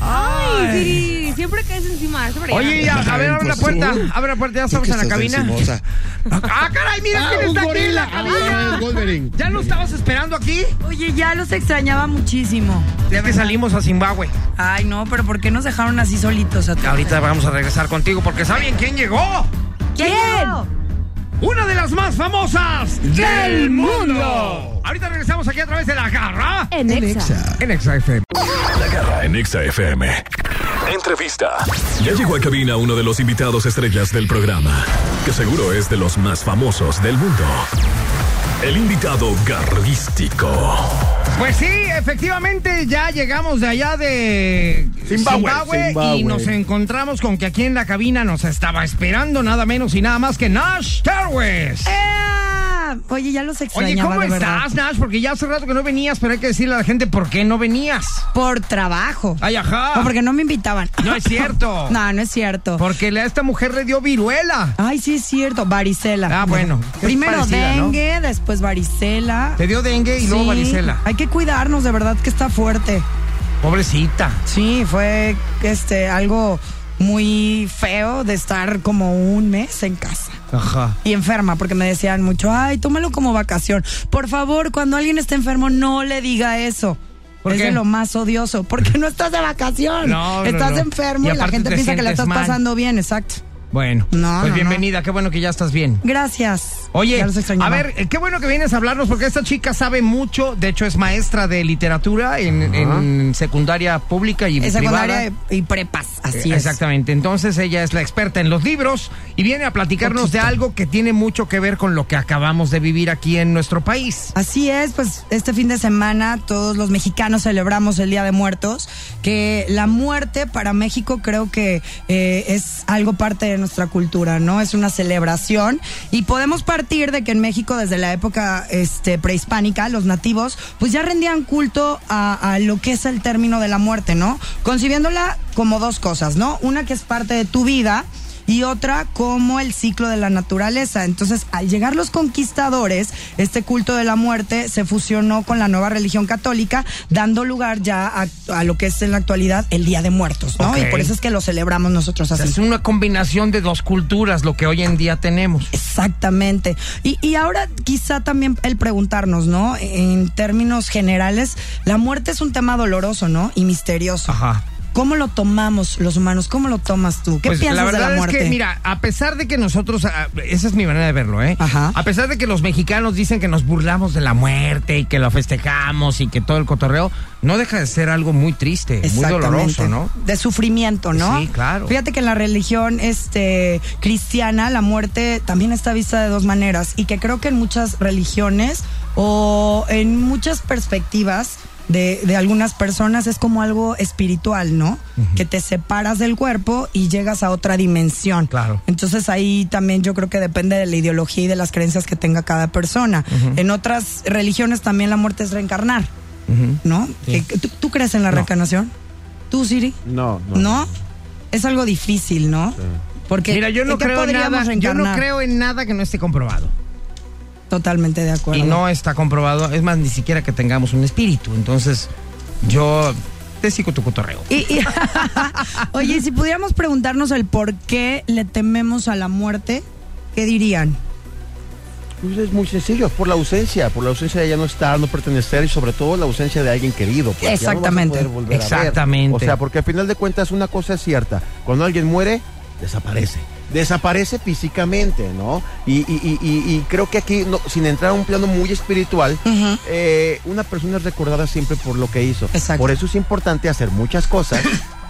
D: Ay, Siri, siempre caes encima. Siempre
B: Oye, ya, a ver, abre la puerta. Abre la puerta, ya estamos en la cabina. ¡Ah, caray! ¡Mira
C: Ah,
B: quién
C: un
B: está aquí en
C: gorila.
B: la cabina!
C: Ah, es Wolverine.
B: ¿Ya no estabas esperando aquí?
G: Oye, ya los extrañaba muchísimo.
B: Ya que salimos a Zimbabue.
G: Ay, no, pero ¿por qué nos dejaron así solitos a todos?
B: Ahorita vamos a regresar contigo porque ¿saben quién llegó?
G: ¿Quién?
B: Una de las más famosas del mundo. Ahorita regresamos aquí a través de la garra.
D: En Exa.
B: En Exa FM.
A: La garra en Exa FM. Entrevista. Ya llegó a cabina uno de los invitados estrellas del programa, que seguro es de los más famosos del mundo. El invitado garrístico.
B: Pues sí, efectivamente ya llegamos de allá de
C: Zimbabue. Zimbabue.
B: y nos encontramos con que aquí en la cabina nos estaba esperando nada menos y nada más que Nash Terwes.
D: Eh,
G: ¡Ea! Eh, Oye, ya los
B: Oye,
G: extrañaba,
B: ¿cómo
G: de verdad.
B: estás, Nash? Porque ya hace rato que no venías, pero hay que decirle a la gente por qué no venías.
G: Por trabajo.
B: Ay, ajá.
G: O porque no me invitaban.
B: No es cierto.
G: no, no es cierto.
B: Porque a esta mujer le dio viruela.
G: Ay, sí es cierto. Varicela.
B: Ah, bueno. Es
G: Primero
B: parecida, ¿no?
G: dengue, después varicela.
B: Te dio dengue y luego
G: Sí,
B: varicela.
G: Hay que cuidarnos, de verdad que está fuerte.
B: Pobrecita.
G: Sí, fue este algo muy feo de estar como un mes en casa.
B: Ajá.
G: y enferma, porque me decían mucho, ay, tómalo como vacación. Por favor, cuando alguien esté enfermo, no le diga eso.
B: ¿Por
G: es
B: qué?
G: de lo más odioso, porque no estás de vacación.
B: No, no,
G: estás
B: no.
G: enfermo
B: Y
G: y, la
B: aparte
G: gente
B: te
G: piensa que la
B: sientes
G: estás
B: mal.
G: pasando bien, exacto.
B: Bueno.
G: No,
B: pues
G: no,
B: bienvenida, qué bueno que ya estás bien.
G: Gracias.
B: Oye,
G: Ya los
B: a
G: extrañaba.
B: ver, eh, qué bueno que vienes a hablarnos porque esta chica sabe mucho, de hecho es maestra de literatura en, en secundaria pública y
G: En
B: privada.
G: secundaria y prepas, así
B: Eh,
G: es.
B: Exactamente, entonces ella es la experta en los libros y viene a platicarnos de algo que tiene mucho que ver con lo que acabamos de vivir aquí en nuestro país.
G: Así es, pues este fin de semana todos los mexicanos celebramos el Día de Muertos, que la muerte para México creo que eh, es algo parte de nuestra cultura, ¿no? Es una celebración y podemos partir de que en México desde la época este, prehispánica los nativos pues ya rendían culto a, a lo que es el término de la muerte, ¿no? Concibiéndola como dos cosas, ¿no? Una que es parte de tu vida y otra como el ciclo de la naturaleza. Entonces, al llegar los conquistadores, este culto de la muerte se fusionó con la nueva religión católica, dando lugar ya a, a lo que es en la actualidad el Día de Muertos, ¿no?
B: Ok.
G: Y por eso es que lo celebramos nosotros
B: O sea,
G: así.
B: es una combinación de dos culturas lo que hoy en día tenemos.
G: Exactamente. Y, y ahora quizá también el preguntarnos, ¿no? En términos generales, la muerte es un tema doloroso, ¿no? Y misterioso.
B: Ajá.
G: ¿Cómo lo tomamos los humanos? ¿Cómo lo tomas tú? ¿Qué
B: Pues,
G: piensas
B: la verdad
G: de la muerte?
B: es que, mira, a pesar de que nosotros, ah, esa es mi manera de verlo, ¿eh?
G: Ajá.
B: A pesar de que los mexicanos dicen que nos burlamos de la muerte y que lo festejamos y que todo el cotorreo, no deja de ser algo muy triste, muy
G: Exactamente.
B: doloroso, ¿no?
G: De sufrimiento, ¿no?
B: Sí, claro.
G: Fíjate que en la religión este, cristiana la muerte también está vista de dos maneras y que creo que en muchas religiones o en muchas perspectivas de, de algunas personas es como algo espiritual, ¿no? Que te separas del cuerpo y llegas a otra dimensión.
B: Claro.
G: Entonces ahí también yo creo que depende de la ideología y de las creencias que tenga cada persona. En otras religiones también la muerte es reencarnar, ¿no? Que- ¿tú, tú crees en la reencarnación? ¿Tú, Siri?
C: No, no.
G: ¿No? Es algo difícil, ¿no? Porque
B: Mira, yo
G: ¿en
B: no
G: qué
B: creo en
G: podríamos
B: nada. Yo no
G: reencarnar?
B: creo en nada que no esté comprobado.
G: Totalmente de acuerdo.
B: Y no está comprobado, es más, ni siquiera que tengamos un espíritu. Entonces, yo te sigo tu cotorreo.
G: Y- y- Oye, y si pudiéramos preguntarnos el por qué le tememos a la muerte, ¿qué dirían?
C: Pues es muy sencillo, por la ausencia, por la ausencia de ya no estar, no pertenecer y sobre todo la ausencia de alguien querido. porque ya no vas a
G: Exactamente.
C: poder volver a ver.
B: Exactamente.
C: O sea, porque al final de cuentas una cosa es cierta, cuando alguien muere, desaparece. Desaparece físicamente, ¿no? Y, y- y- y- y creo que aquí, no, sin entrar a un plano muy espiritual,
G: Ujú.
C: eh, una persona es recordada siempre por lo que hizo.
G: Exacto.
C: Por eso es importante hacer muchas cosas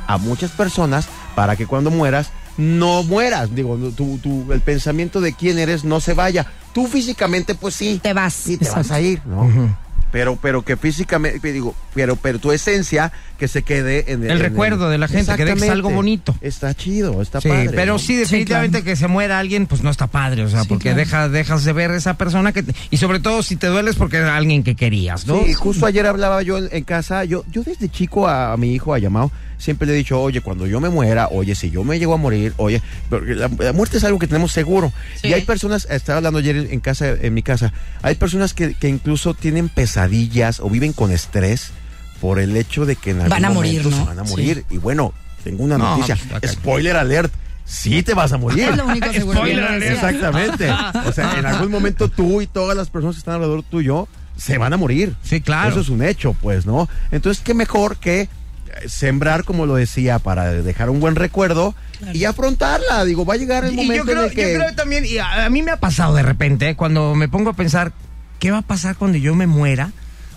C: a muchas personas para que cuando mueras no mueras. Digo, no, tu- tu- el pensamiento de quién eres no se vaya. Tú físicamente, pues sí.
G: Te vas.
C: Sí, te vas a ir, ¿no? Pero, pero que físicamente, que digo, pero, pero tu esencia que se quede en
B: El
C: en
B: recuerdo de la gente, que dejes
C: Exactamente.
B: algo bonito.
C: Está chido, está
B: Sí,
C: padre.
B: pero
C: ¿no?
B: sí, definitivamente que se muera alguien, pues no está padre, o sea, porque deja- dejas de ver esa persona que te- y sobre todo si te dueles porque era alguien que querías, ¿no?
C: Sí, justo ayer hablaba yo en, en casa, yo, yo desde chico a, a mi hijo, a Yamao, siempre le he dicho, oye, cuando yo me muera, oye, si yo me llego a morir, oye, porque la, la muerte es algo que tenemos seguro. Y hay personas, estaba hablando ayer en, en casa, en mi casa, hay personas que, que incluso tienen pesadillas o viven con estrés por el hecho de que en
G: Van
C: algún
G: a morir,
C: momento se
G: ¿no?
C: van a morir. Y bueno, tengo una
B: No,
C: noticia,
B: pues, acá-
C: spoiler alert, sí te vas a morir.
G: Es lo único seguro.
B: Spoiler
G: Yo no decía.
C: Exactamente. O sea, en algún momento tú y todas las personas que están alrededor tuyo se van a morir.
B: Sí, claro.
C: Eso es un hecho, pues, ¿no? Entonces, qué mejor que eh, sembrar, como lo decía, para dejar un buen recuerdo y afrontarla. Digo, va a llegar el
B: Y
C: momento
B: yo creo,
C: en el que...
B: yo creo también, y a, a mí me ha pasado de repente, ¿eh? cuando me pongo a pensar, ¿qué va a pasar cuando yo me muera?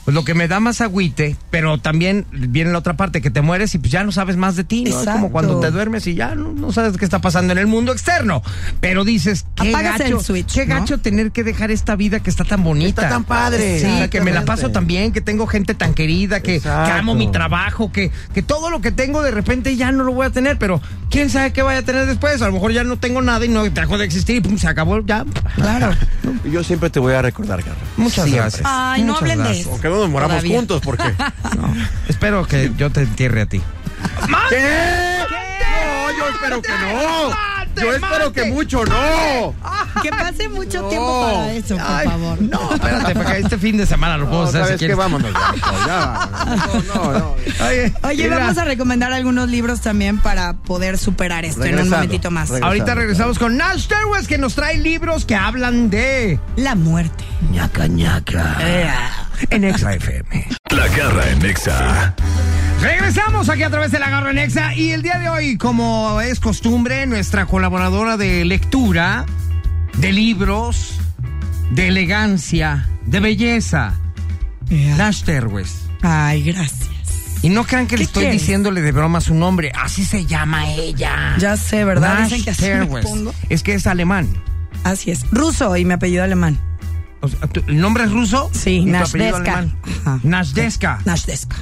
B: Pues lo que me da más agüite, pero también viene la otra parte, que te mueres y pues ya no sabes más de ti, ¿no? Es como
G: Exacto.
B: cuando te duermes y ya no, no sabes qué está pasando en el mundo externo. Pero dices, qué
G: Apagas el
B: gacho,
G: switch,
B: qué
G: ¿no?
B: gacho tener que dejar esta vida que está tan bonita.
C: Está tan padre.
B: Sí, que me la
C: Exactamente.
B: paso tan bien, que tengo gente tan querida, que, que amo
C: Exacto.
B: mi trabajo, que, que todo lo que tengo de repente ya no lo voy a tener, pero quién sabe qué vaya a tener después. A lo mejor ya no tengo nada y no dejó de existir y pum, se acabó ya.
G: Claro.
C: Yo siempre te voy a recordar, Carla.
B: Muchas
C: Siempre.
B: gracias.
G: Ay, no
B: Muchas
G: hablen de
B: gracias.
G: eso.
C: Aunque no nos moramos
G: Todavía.
C: juntos, porque...
B: Espero que yo te entierre a ti.
C: ¿Qué? No, yo espero que no. Yo espero que mucho no.
G: Que pase mucho tiempo para eso, por favor.
B: No, espérate, porque este fin de semana lo puedo
C: No,
B: hacer si
C: ¿sabes qué?
B: quieres.
C: Vámonos ya, mejor, ya, vámonos. No, no, no.
B: Oye,
G: Oye,
B: mira,
G: vamos a recomendar algunos libros también para poder superar esto en un
C: Regresando,
G: momentito más.
C: regresando.
B: Ahorita regresamos con Nash Terwes que nos trae libros que hablan de
G: La muerte.
B: ñaca ñaca en Exa FM.
A: La garra en Nexa.
B: Regresamos aquí a través de la Garra Nexa y el día de hoy, como es costumbre, nuestra colaboradora de lectura, de libros, de elegancia, de belleza, Nash Terwes.
G: Ay, gracias.
B: Y no crean que le
G: ¿Qué
B: estoy
G: quieres?
B: diciéndole de broma su nombre, así se llama ella.
G: Ya sé, ¿verdad?
B: Nash
G: Dicen que así me
B: Terwes.
G: pongo.
B: Es que es alemán.
G: Así es. Ruso y mi apellido alemán.
B: O sea, ¿tu- ¿El nombre es ruso?
G: Sí,
B: ¿Y tu
G: Nashdezka.
B: apellido alemán?
G: Ajá.
B: Nashdezka.
G: Nashdezka.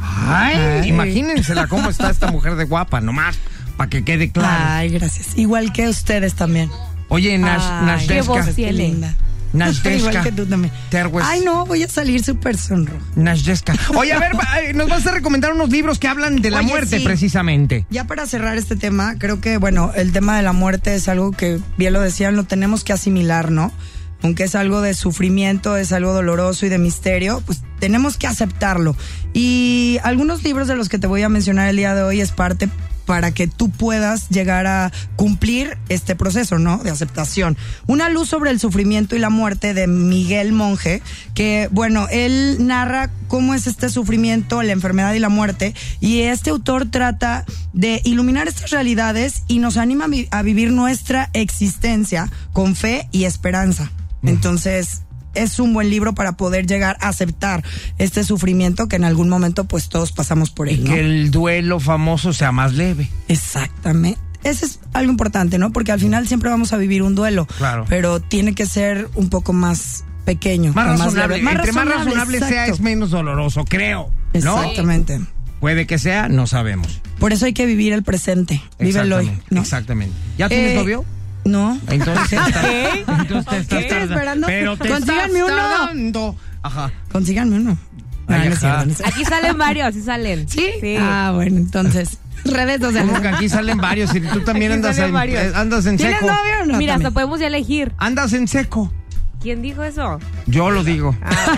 B: Ay, imagínensela cómo está esta mujer de guapa, nomás, para que quede claro.
G: Ay, gracias. Igual que ustedes también.
B: Oye, Nash,
G: Ay,
D: qué
B: Nashdezka.
D: voz
G: Qué
D: tiene.
G: linda.
B: Nashdezka.
G: Igual que tú también.
B: Terwes.
G: Ay, no, voy a salir súper sonroja.
B: Nashdezka. Oye, a ver, va- eh, nos vas a recomendar unos libros que hablan de la
G: Oye,
B: muerte,
G: sí.
B: precisamente.
G: Ya para cerrar este tema, creo que, bueno, el tema de la muerte es algo que, bien lo decían, lo tenemos que asimilar, ¿no? Aunque es algo de sufrimiento, es algo doloroso y de misterio, pues tenemos que aceptarlo. Y algunos libros de los que te voy a mencionar el día de hoy es parte para que tú puedas llegar a cumplir este proceso, ¿no? De aceptación. Una luz sobre el sufrimiento y la muerte de Miguel Monje, que, bueno, él narra cómo es este sufrimiento, la enfermedad y la muerte, y este autor trata de iluminar estas realidades y nos anima a vi- a vivir nuestra existencia con fe y esperanza.
B: Mm.
G: Entonces, es un buen libro para poder llegar a aceptar este sufrimiento que en algún momento pues todos pasamos por
B: Y
G: él. ¿no?
B: que el duelo famoso sea más leve.
G: Exactamente. Eso es algo importante, ¿no? Porque al final siempre vamos a vivir un duelo.
B: Claro.
G: Pero tiene que ser un poco más pequeño.
B: Más
G: con
B: razonable.
G: leve.
B: Entre más razonable sea,
G: exacto.
B: es menos doloroso, creo. ¿no?
G: Exactamente.
B: Puede que sea, no sabemos.
G: Por eso hay que vivir el presente. Vive el hoy.
B: Exactamente, Exactamente. ¿Ya tienes
G: Eh,
B: novio?
G: No.
B: Entonces,
D: ¿Qué?
B: entonces te estás
G: Estoy
B: tardando.
G: esperando.
B: Pero te
G: Consíganme
B: estás
G: uno.
B: tardando. Ajá.
G: Consíganme uno. Ah, No, no
B: Ay,
G: es cierto,
B: ajá.
G: no es cierto.
D: Aquí salen varios, sí salen.
G: ¿Sí?
D: Sí.
G: Ah, bueno, entonces. Redes
B: Como que
G: sociales.
B: aquí salen varios y tú también
D: Aquí
B: andas
D: salen
B: en,
D: varios.
B: eh, andas en
G: ¿Tienes
B: seco.
G: novio o no?
D: Mira, hasta
G: también?
D: podemos ya elegir.
B: Andas en seco.
D: ¿Quién dijo eso?
B: Yo lo digo.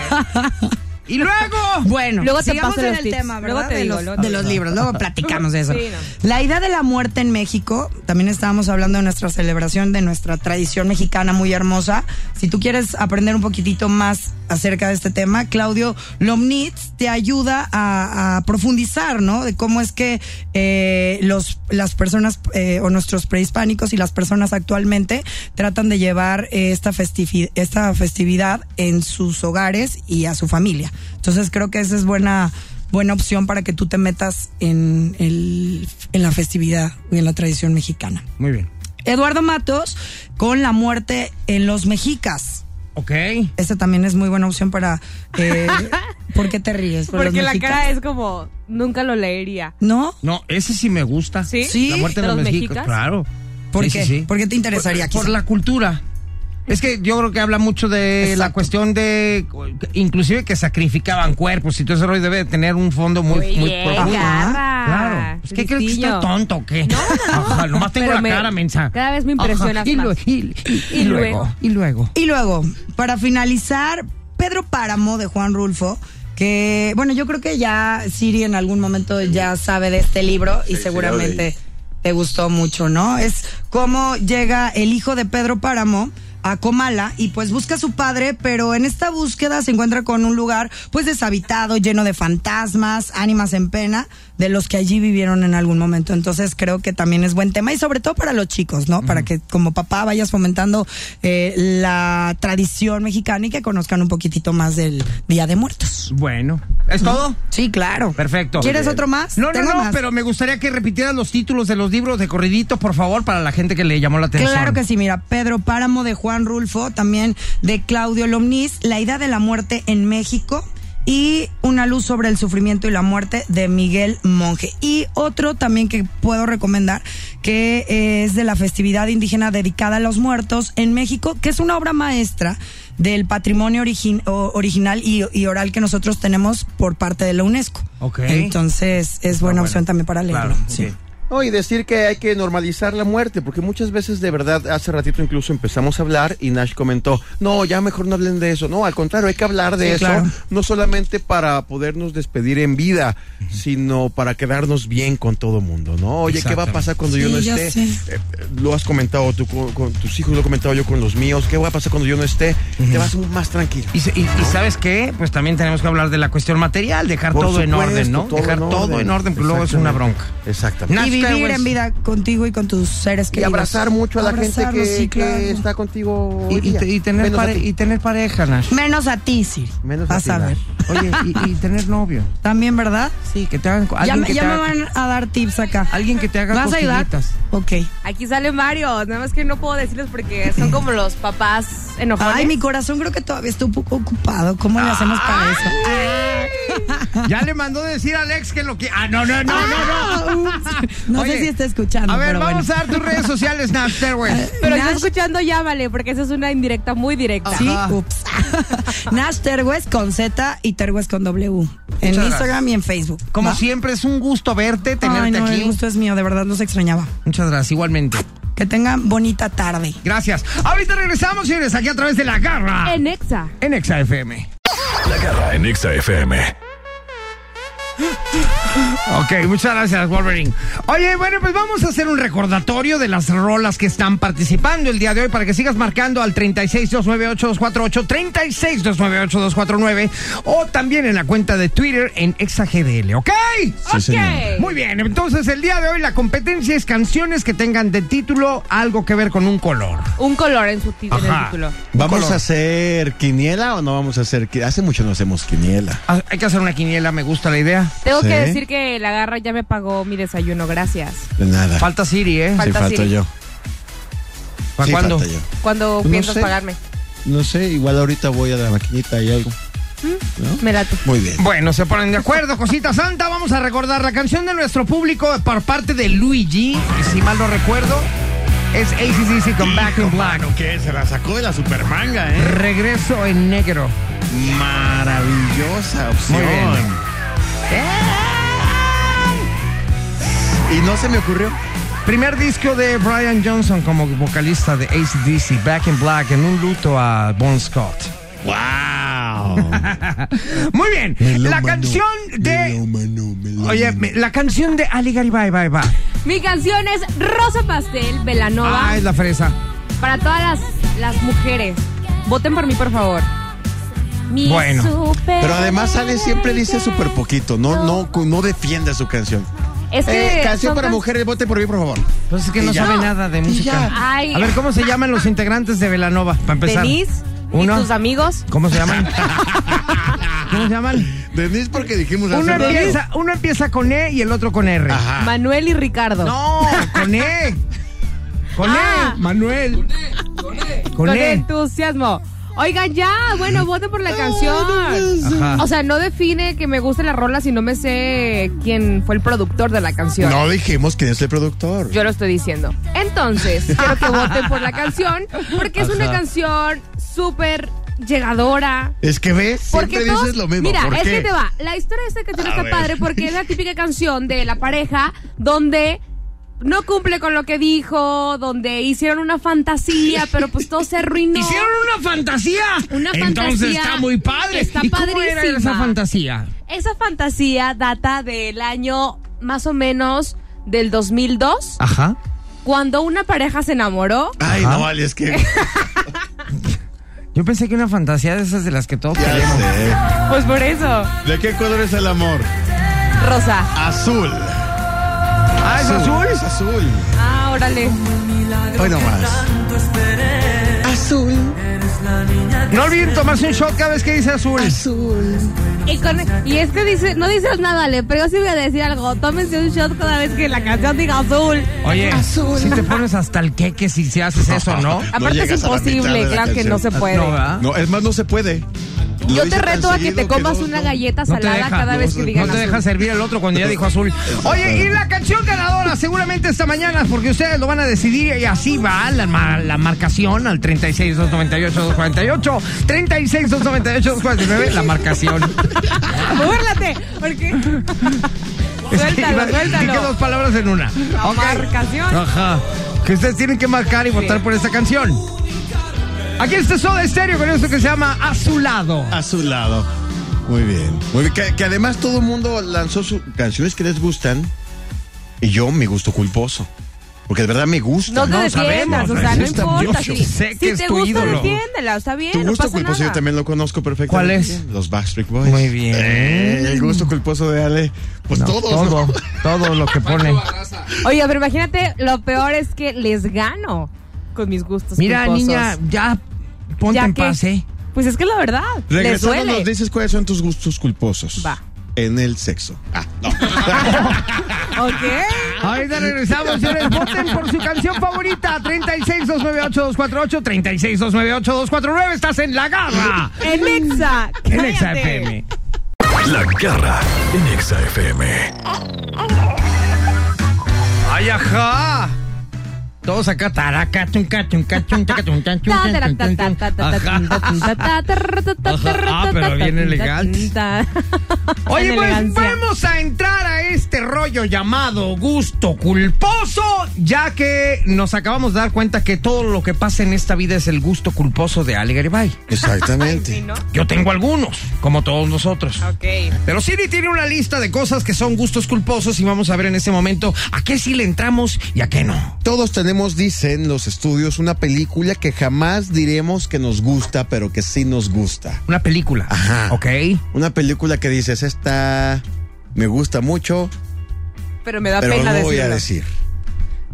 B: y luego.
G: Bueno,
D: Luego te
G: sigamos
D: paso
G: en
D: los
G: el
D: tips.
G: tema, ¿verdad?
D: Luego te
G: de,
D: digo,
G: los,
D: luego te
G: de los
D: digo.
G: libros, luego platicamos de eso.
D: Sí,
G: La idea de la muerte en México, también estábamos hablando de nuestra celebración, de nuestra tradición mexicana muy hermosa. Si tú quieres aprender un poquitito más acerca de este tema, Claudio Lomnitz te ayuda a, a profundizar, ¿no? De cómo es que eh, los, las personas eh, o nuestros prehispánicos y las personas actualmente tratan de llevar eh, esta, festifi- esta festividad en sus hogares y a su familia. Entonces creo que esa es buena buena opción para que tú te metas en, el, en la festividad y en la tradición mexicana.
B: Muy bien.
G: Eduardo Matos con la muerte en los mexicas.
B: Ok.
G: Esta también es muy buena opción para... Eh, ¿Por qué te ríes? Por
D: Porque
G: Pues los
D: la
G: mexicas.
D: cara es como, nunca lo leería.
G: ¿no,
B: No, ese sí me gusta.
D: ¿Sí?
G: Sí.
B: La muerte de
D: ¿De
B: los,
D: los
B: mexicas,
D: mexicas?
B: claro.
G: ¿por
B: Sí,
G: qué?
B: sí, sí.
G: ¿Por qué te interesaría?
B: Por
G: quizá?
B: la cultura. Es que yo creo que habla mucho de la
G: Exacto.
B: cuestión de, inclusive que sacrificaban cuerpos y todo ese rollo debe de tener un fondo muy, muy profundo.
D: Gaba.
B: Claro. Pues, ¿Qué crees que estoy
D: Listillo.
B: tonto o qué? Ajá, nomás tengo
D: Pero
B: la
D: me-
B: cara mensa.
D: cada vez me impresionas
B: y,
D: más.
B: lue- y- y- y
D: Y
B: luego.
D: luego.
B: Y luego.
G: Y luego, para finalizar, Pedro Páramo de Juan Rulfo, que, bueno, yo creo que ya Siri en algún momento ya sabe de este libro y seguramente te gustó mucho, ¿no? Es cómo llega el hijo de Pedro Páramo a Comala y pues busca a su padre, pero en esta búsqueda se encuentra con un lugar pues deshabitado, lleno de fantasmas, ánimas en pena, de los que allí vivieron en algún momento. Entonces creo que también es buen tema y sobre todo para los chicos, ¿no? Para que como papá vayas fomentando eh, la tradición mexicana y que conozcan un poquitito más del Día de Muertos.
B: Bueno. ¿Es todo?
G: Sí, claro.
B: Perfecto.
G: ¿Quieres otro más?
B: No, no,
G: Tengo
B: no,
G: más.
B: pero me gustaría que repitieras los títulos de los libros de corridito, por favor, para la gente que le llamó la atención. Ah,
G: Claro que sí, mira, Pedro Páramo de Juan Rulfo, también de Claudio Lomniz, La idea de la muerte en México y Una luz sobre el sufrimiento y la muerte de Miguel Monje. Y otro también que puedo recomendar, que eh, es de la festividad indígena dedicada a los muertos en México, que es una obra maestra del patrimonio origin- o- original y, y oral que nosotros tenemos por parte de la UNESCO.
B: Ok.
G: Entonces es buena opción también para leerlo.
B: Claro,
G: sí.
B: ok.
I: No, y decir que hay que normalizar la muerte, porque muchas veces de verdad, hace ratito incluso empezamos a hablar y Nash comentó, no, ya mejor no hablen de eso, no, al contrario, hay que hablar de
G: Sí,
I: eso,
G: claro.
I: no solamente para podernos despedir en vida, sino para quedarnos bien con todo mundo, ¿no? Oye, ¿qué va a pasar cuando yo
G: Sí,
I: no
G: ya
I: esté?
G: sé.
I: Eh, eh, lo has comentado tú con, con tus hijos, lo he comentado yo con los míos, ¿qué va a pasar cuando yo no esté? Te vas más tranquilo.
B: Y, se- y- y sabes qué, pues también tenemos que hablar de la cuestión material, dejar
I: Por
B: todo en
I: supuesto,
B: orden, ¿no?
I: todo
B: dejar
I: en
B: todo
I: orden.
B: en orden, pero luego es una
I: Exactamente.
B: bronca.
I: Exactamente.
B: Nazca,
G: Y vivir
B: güey.
G: en vida contigo y con tus seres
I: Y
G: queridos.
I: abrazar mucho a la gente
G: Abrazarlos,
I: que,
G: sí, claro.
I: que está contigo. hoy
B: Y, y
I: día.
B: te- y tener
I: Menos a
B: pare-
I: ti.
B: y tener pareja, Nash.
G: Menos a ti, Siri.
I: Menos a
G: Vas
I: ti,
G: a,
I: Nash.
G: ver.
B: Oye, y, y tener novio.
G: También, ¿verdad?
B: Sí, que te hagan.
G: Ya,
B: alguien
G: me,
B: que
G: ya
B: te
G: me
B: haga-
G: van a dar tips acá.
B: Alguien que te haga
G: ¿Vas a ayudar?
B: cosquillitas.
G: Ok.
D: Aquí salen varios, nada más que no puedo decirles porque son como los papás enojones.
G: Ay, mi corazón creo que todavía está un poco ocupado. ¿Cómo le hacemos para eso?
B: Ya le mandó decir a Alex que lo que. Ah, no, no, no, no, no.
G: Ah, ups. No
B: Oye,
G: sé si está escuchando.
B: A ver,
G: Ah, pero
B: vamos
G: bueno.
B: a dar tus redes sociales, Nash Terwes.
D: Pero
G: Nash-
D: yo escuchando llámale, porque esa es una indirecta muy directa.
G: Sí,
B: Ajá.
G: ups. Nash Terwes con Z y Terwes con W. En
B: gracias.
G: Instagram y en Facebook.
B: Como
G: ¿va?
B: siempre, es un gusto verte, tenerte
G: Ay, no,
B: aquí.
G: el gusto es mío. De verdad, los extrañaba.
B: Muchas gracias, igualmente.
G: Que tengan bonita tarde.
B: Gracias. Ahorita regresamos, señores, aquí a través de la garra.
D: En Exa.
B: en Exa FM.
A: La garra en Exa FM.
B: Ok, muchas gracias, Wolverine. Oye, bueno, pues vamos a hacer un recordatorio de las rolas que están participando el día de hoy para que sigas marcando al 36298248, 36298249 o también en la cuenta de Twitter en ExaGDL, ¿ok?
D: ok.
B: Muy bien, entonces el día de hoy la competencia es canciones que tengan de título algo que ver con un color.
D: Un color en su ti- en el
B: Ajá.
D: título.
I: Color.
J: ¿Vamos a hacer quiniela o no vamos a hacer quiniela? Hace mucho no hacemos quiniela.
B: Ah, Hay que hacer una quiniela, me gusta la idea.
D: Tengo
J: Sí.
D: que decir que la garra ya me pagó mi desayuno, gracias.
J: De nada.
B: Falta Siri, ¿eh?
J: sí,
D: falta
J: falto
D: Siri.
J: yo.
B: ¿Para
J: Sí,
B: cuándo?
J: falta yo.
D: Cuando
J: No
D: piensas
J: sé.
D: pagarme.
J: No sé, igual ahorita voy a la maquinita y algo.
B: ¿Mm?
D: Me late.
J: Muy bien.
B: Bueno, se ponen de acuerdo, cosita santa. Vamos a recordar la canción de nuestro público por parte de Luigi, si mal no recuerdo. Es ACDC con Back in Black.
J: que se la sacó de la supermanga, ¿eh?
B: Regreso en negro.
J: Maravillosa opción.
B: Muy bien. Eh,
J: Y no se me ocurrió.
B: Primer disco de Brian Johnson como vocalista de ACDC, Back in Black, en un luto a Bon Scott.
J: ¡Wow!
B: Muy bien, la canción de... Oye,
J: Mm.
B: me- la canción de Ali Garibay, bye, bye.
D: Mi canción es Rosa Pastel, Velanova.
B: Ah, es la fresa.
D: Para todas las, las mujeres. Voten por mí, por favor. Mi
B: Bueno.
D: super-
J: Pero además Ale siempre dice súper poquito, no, no, no defiende su canción.
D: Es que
J: Eh, canción
D: son
J: para
D: can-
J: mujeres, vote por mí, por favor.
B: Pues es que no
J: Y ya.
B: sabe nada de música.
D: Ay.
B: A ver, ¿cómo se llaman los integrantes de Velanova? Para empezar.
D: Denise
B: Uno.
D: y tus amigos.
B: ¿Cómo se llaman? ¿Cómo se llaman?
J: Denise, porque dijimos
B: Uno
J: hace rato.
B: empieza, uno empieza con E y el otro con R.
J: Ajá.
D: Manuel y Ricardo.
B: No, con E. Con
D: Ah.
B: E, Manuel. Con
D: Con
B: E.
D: entusiasmo. Oigan, ya, bueno, voten por la canción.
B: Ajá.
D: O sea, no define que me guste la rola si no me sé quién fue el productor de la canción.
J: No dijimos quién es el productor.
D: Yo lo estoy diciendo. Entonces, quiero que voten por la canción, porque es una
J: Ajá.
D: canción súper llegadora.
J: Es que ves, siempre
D: Porque todos,
J: dices lo mismo.
D: Mira,
J: ¿Por
D: es
J: qué?
D: que te va. La historia de esta canción
J: A
D: está
J: ver.
D: padre porque es la típica canción de la pareja donde no cumple con lo que dijo, donde hicieron una fantasía, pero pues todo se arruinó.
B: Hicieron una fantasía.
D: Una
B: Entonces
D: fantasía
B: está muy padre.
D: está
B: ¿Y cómo era
D: padrísima.
B: esa fantasía?
D: Esa fantasía data del año más o menos del 2002,
J: Ah.
B: Ajá.
D: cuando una pareja se enamoró.
J: Ay,
B: Ajá.
J: no, vale, es que.
B: Yo pensé que una fantasía de esas de las que todos
J: Ya
B: queremos.
J: sé.
D: Pues por eso,
J: ¿De qué color es el amor?
D: Rosa.
J: Azul.
B: Ah, ¿es azul?
J: Es azul.
D: Ah, órale.
J: Hoy nomás. Azul.
B: No olviden tomarse un shot cada vez que dice azul.
D: Y, con- y es que dice, no dices nada, Ale, pero yo sí voy a decir algo. Tómense un shot cada vez que la canción diga azul.
B: Oye, si te pones hasta el queque si se haces eso, ¿no?
D: Aparte
J: llegas
D: es
J: a la mitad de
D: imposible,
J: la
D: claro que
J: canción.
D: no se puede.
B: Ah, No, ¿verdad?
J: No, es más, no se puede. Lo
D: Yo
J: dice
D: te
J: tan
D: reto a que
J: seguido
D: te comas
J: no-
D: una
J: no.
D: galleta
B: No te
D: salada
B: deja.
D: cada vez que
J: No
D: digan
B: No te
D: azul.
B: deja servir el otro cuando ya dijo azul. Oye, y la canción ganadora seguramente esta mañana, porque ustedes lo van a decidir y así va la, ma- la marcación al 36-298-248. 36-298-249, la marcación.
D: Búrlate, porque
B: Iba-
D: Suéltalo,
B: Dije dos
D: suéltalo.
B: palabras en una.
D: La
B: Ok.
D: marcación.
B: Ajá. Que ustedes tienen que marcar y votar por esta canción. Aquí está Soda Estéreo con esto que se llama Azulado.
J: A su lado. Muy bien. Muy bien. Que, que además todo el mundo lanzó sus canciones que les gustan. Y yo, mi gusto culposo. Porque de verdad me gusta.
D: No te
B: No
D: defiendas,
B: sabemos,
D: o sea,
J: me
D: no
J: gusta
D: importa.
J: mucho.
D: Si,
B: Sé que
D: si
B: es
D: te
B: tu
D: gusta,
B: ídolo.
D: defiéndalo, está bien,
J: Tu
C: Eh,
D: no
J: gusto
D: pasa
J: culposo
D: nada.
J: yo también lo conozco perfectamente.
B: ¿Cuál es?
J: Los Backstreet Boys.
B: Muy bien.
J: Eh, el gusto culposo de Ale. Pues
B: No,
J: todos.
B: todo,
J: ¿no?
B: todo lo que pone.
D: Oye, pero imagínate, lo peor es que les gano con mis gustos
B: Mira,
D: culposos.
B: niña, ya ponte
D: Ya
B: en
D: que-
B: paz, ¿eh?
D: Pues es que la verdad, les
J: Regresando
D: duele.
J: nos dices cuáles son tus gustos culposos.
D: Va.
J: En el sexo. Ah, no.
D: Ok.
B: Ahorita regresamos, señores. Voten por su canción favorita. 36-298-248. 36-298-249. Estás en la garra.
D: En Exa.
B: En Exa
D: cállate.
B: FM.
A: La garra en Exa FM.
B: ¡Ay, ajá! Todos acá, taraca, tunca, tunca, tunca, tunca, tunca, tunca, tunca, tunca. Ajá. Ah, pero bien elegantes. Oye,
D: En
B: pues
D: elegancia.
B: vamos a entrar a este rollo llamado gusto culposo, ya que nos acabamos de dar cuenta que todo lo que pasa en esta vida es el gusto culposo de Ale Garibay.
J: Exactamente.
D: Sí, ¿no?
B: Yo tengo algunos, como todos nosotros.
D: Ok.
B: Pero Siri tiene una lista de cosas que son gustos culposos y vamos a ver en este momento a qué sí le entramos y a qué no.
C: Todos tenemos, dicen los estudios, una película que jamás diremos que nos gusta, pero que sí nos gusta.
B: Una película.
C: Ajá.
B: Ok.
C: Una película que dices, esta me gusta mucho,
D: Pero me da
C: pero
D: pena
C: no voy
D: decirlo.
C: a decir.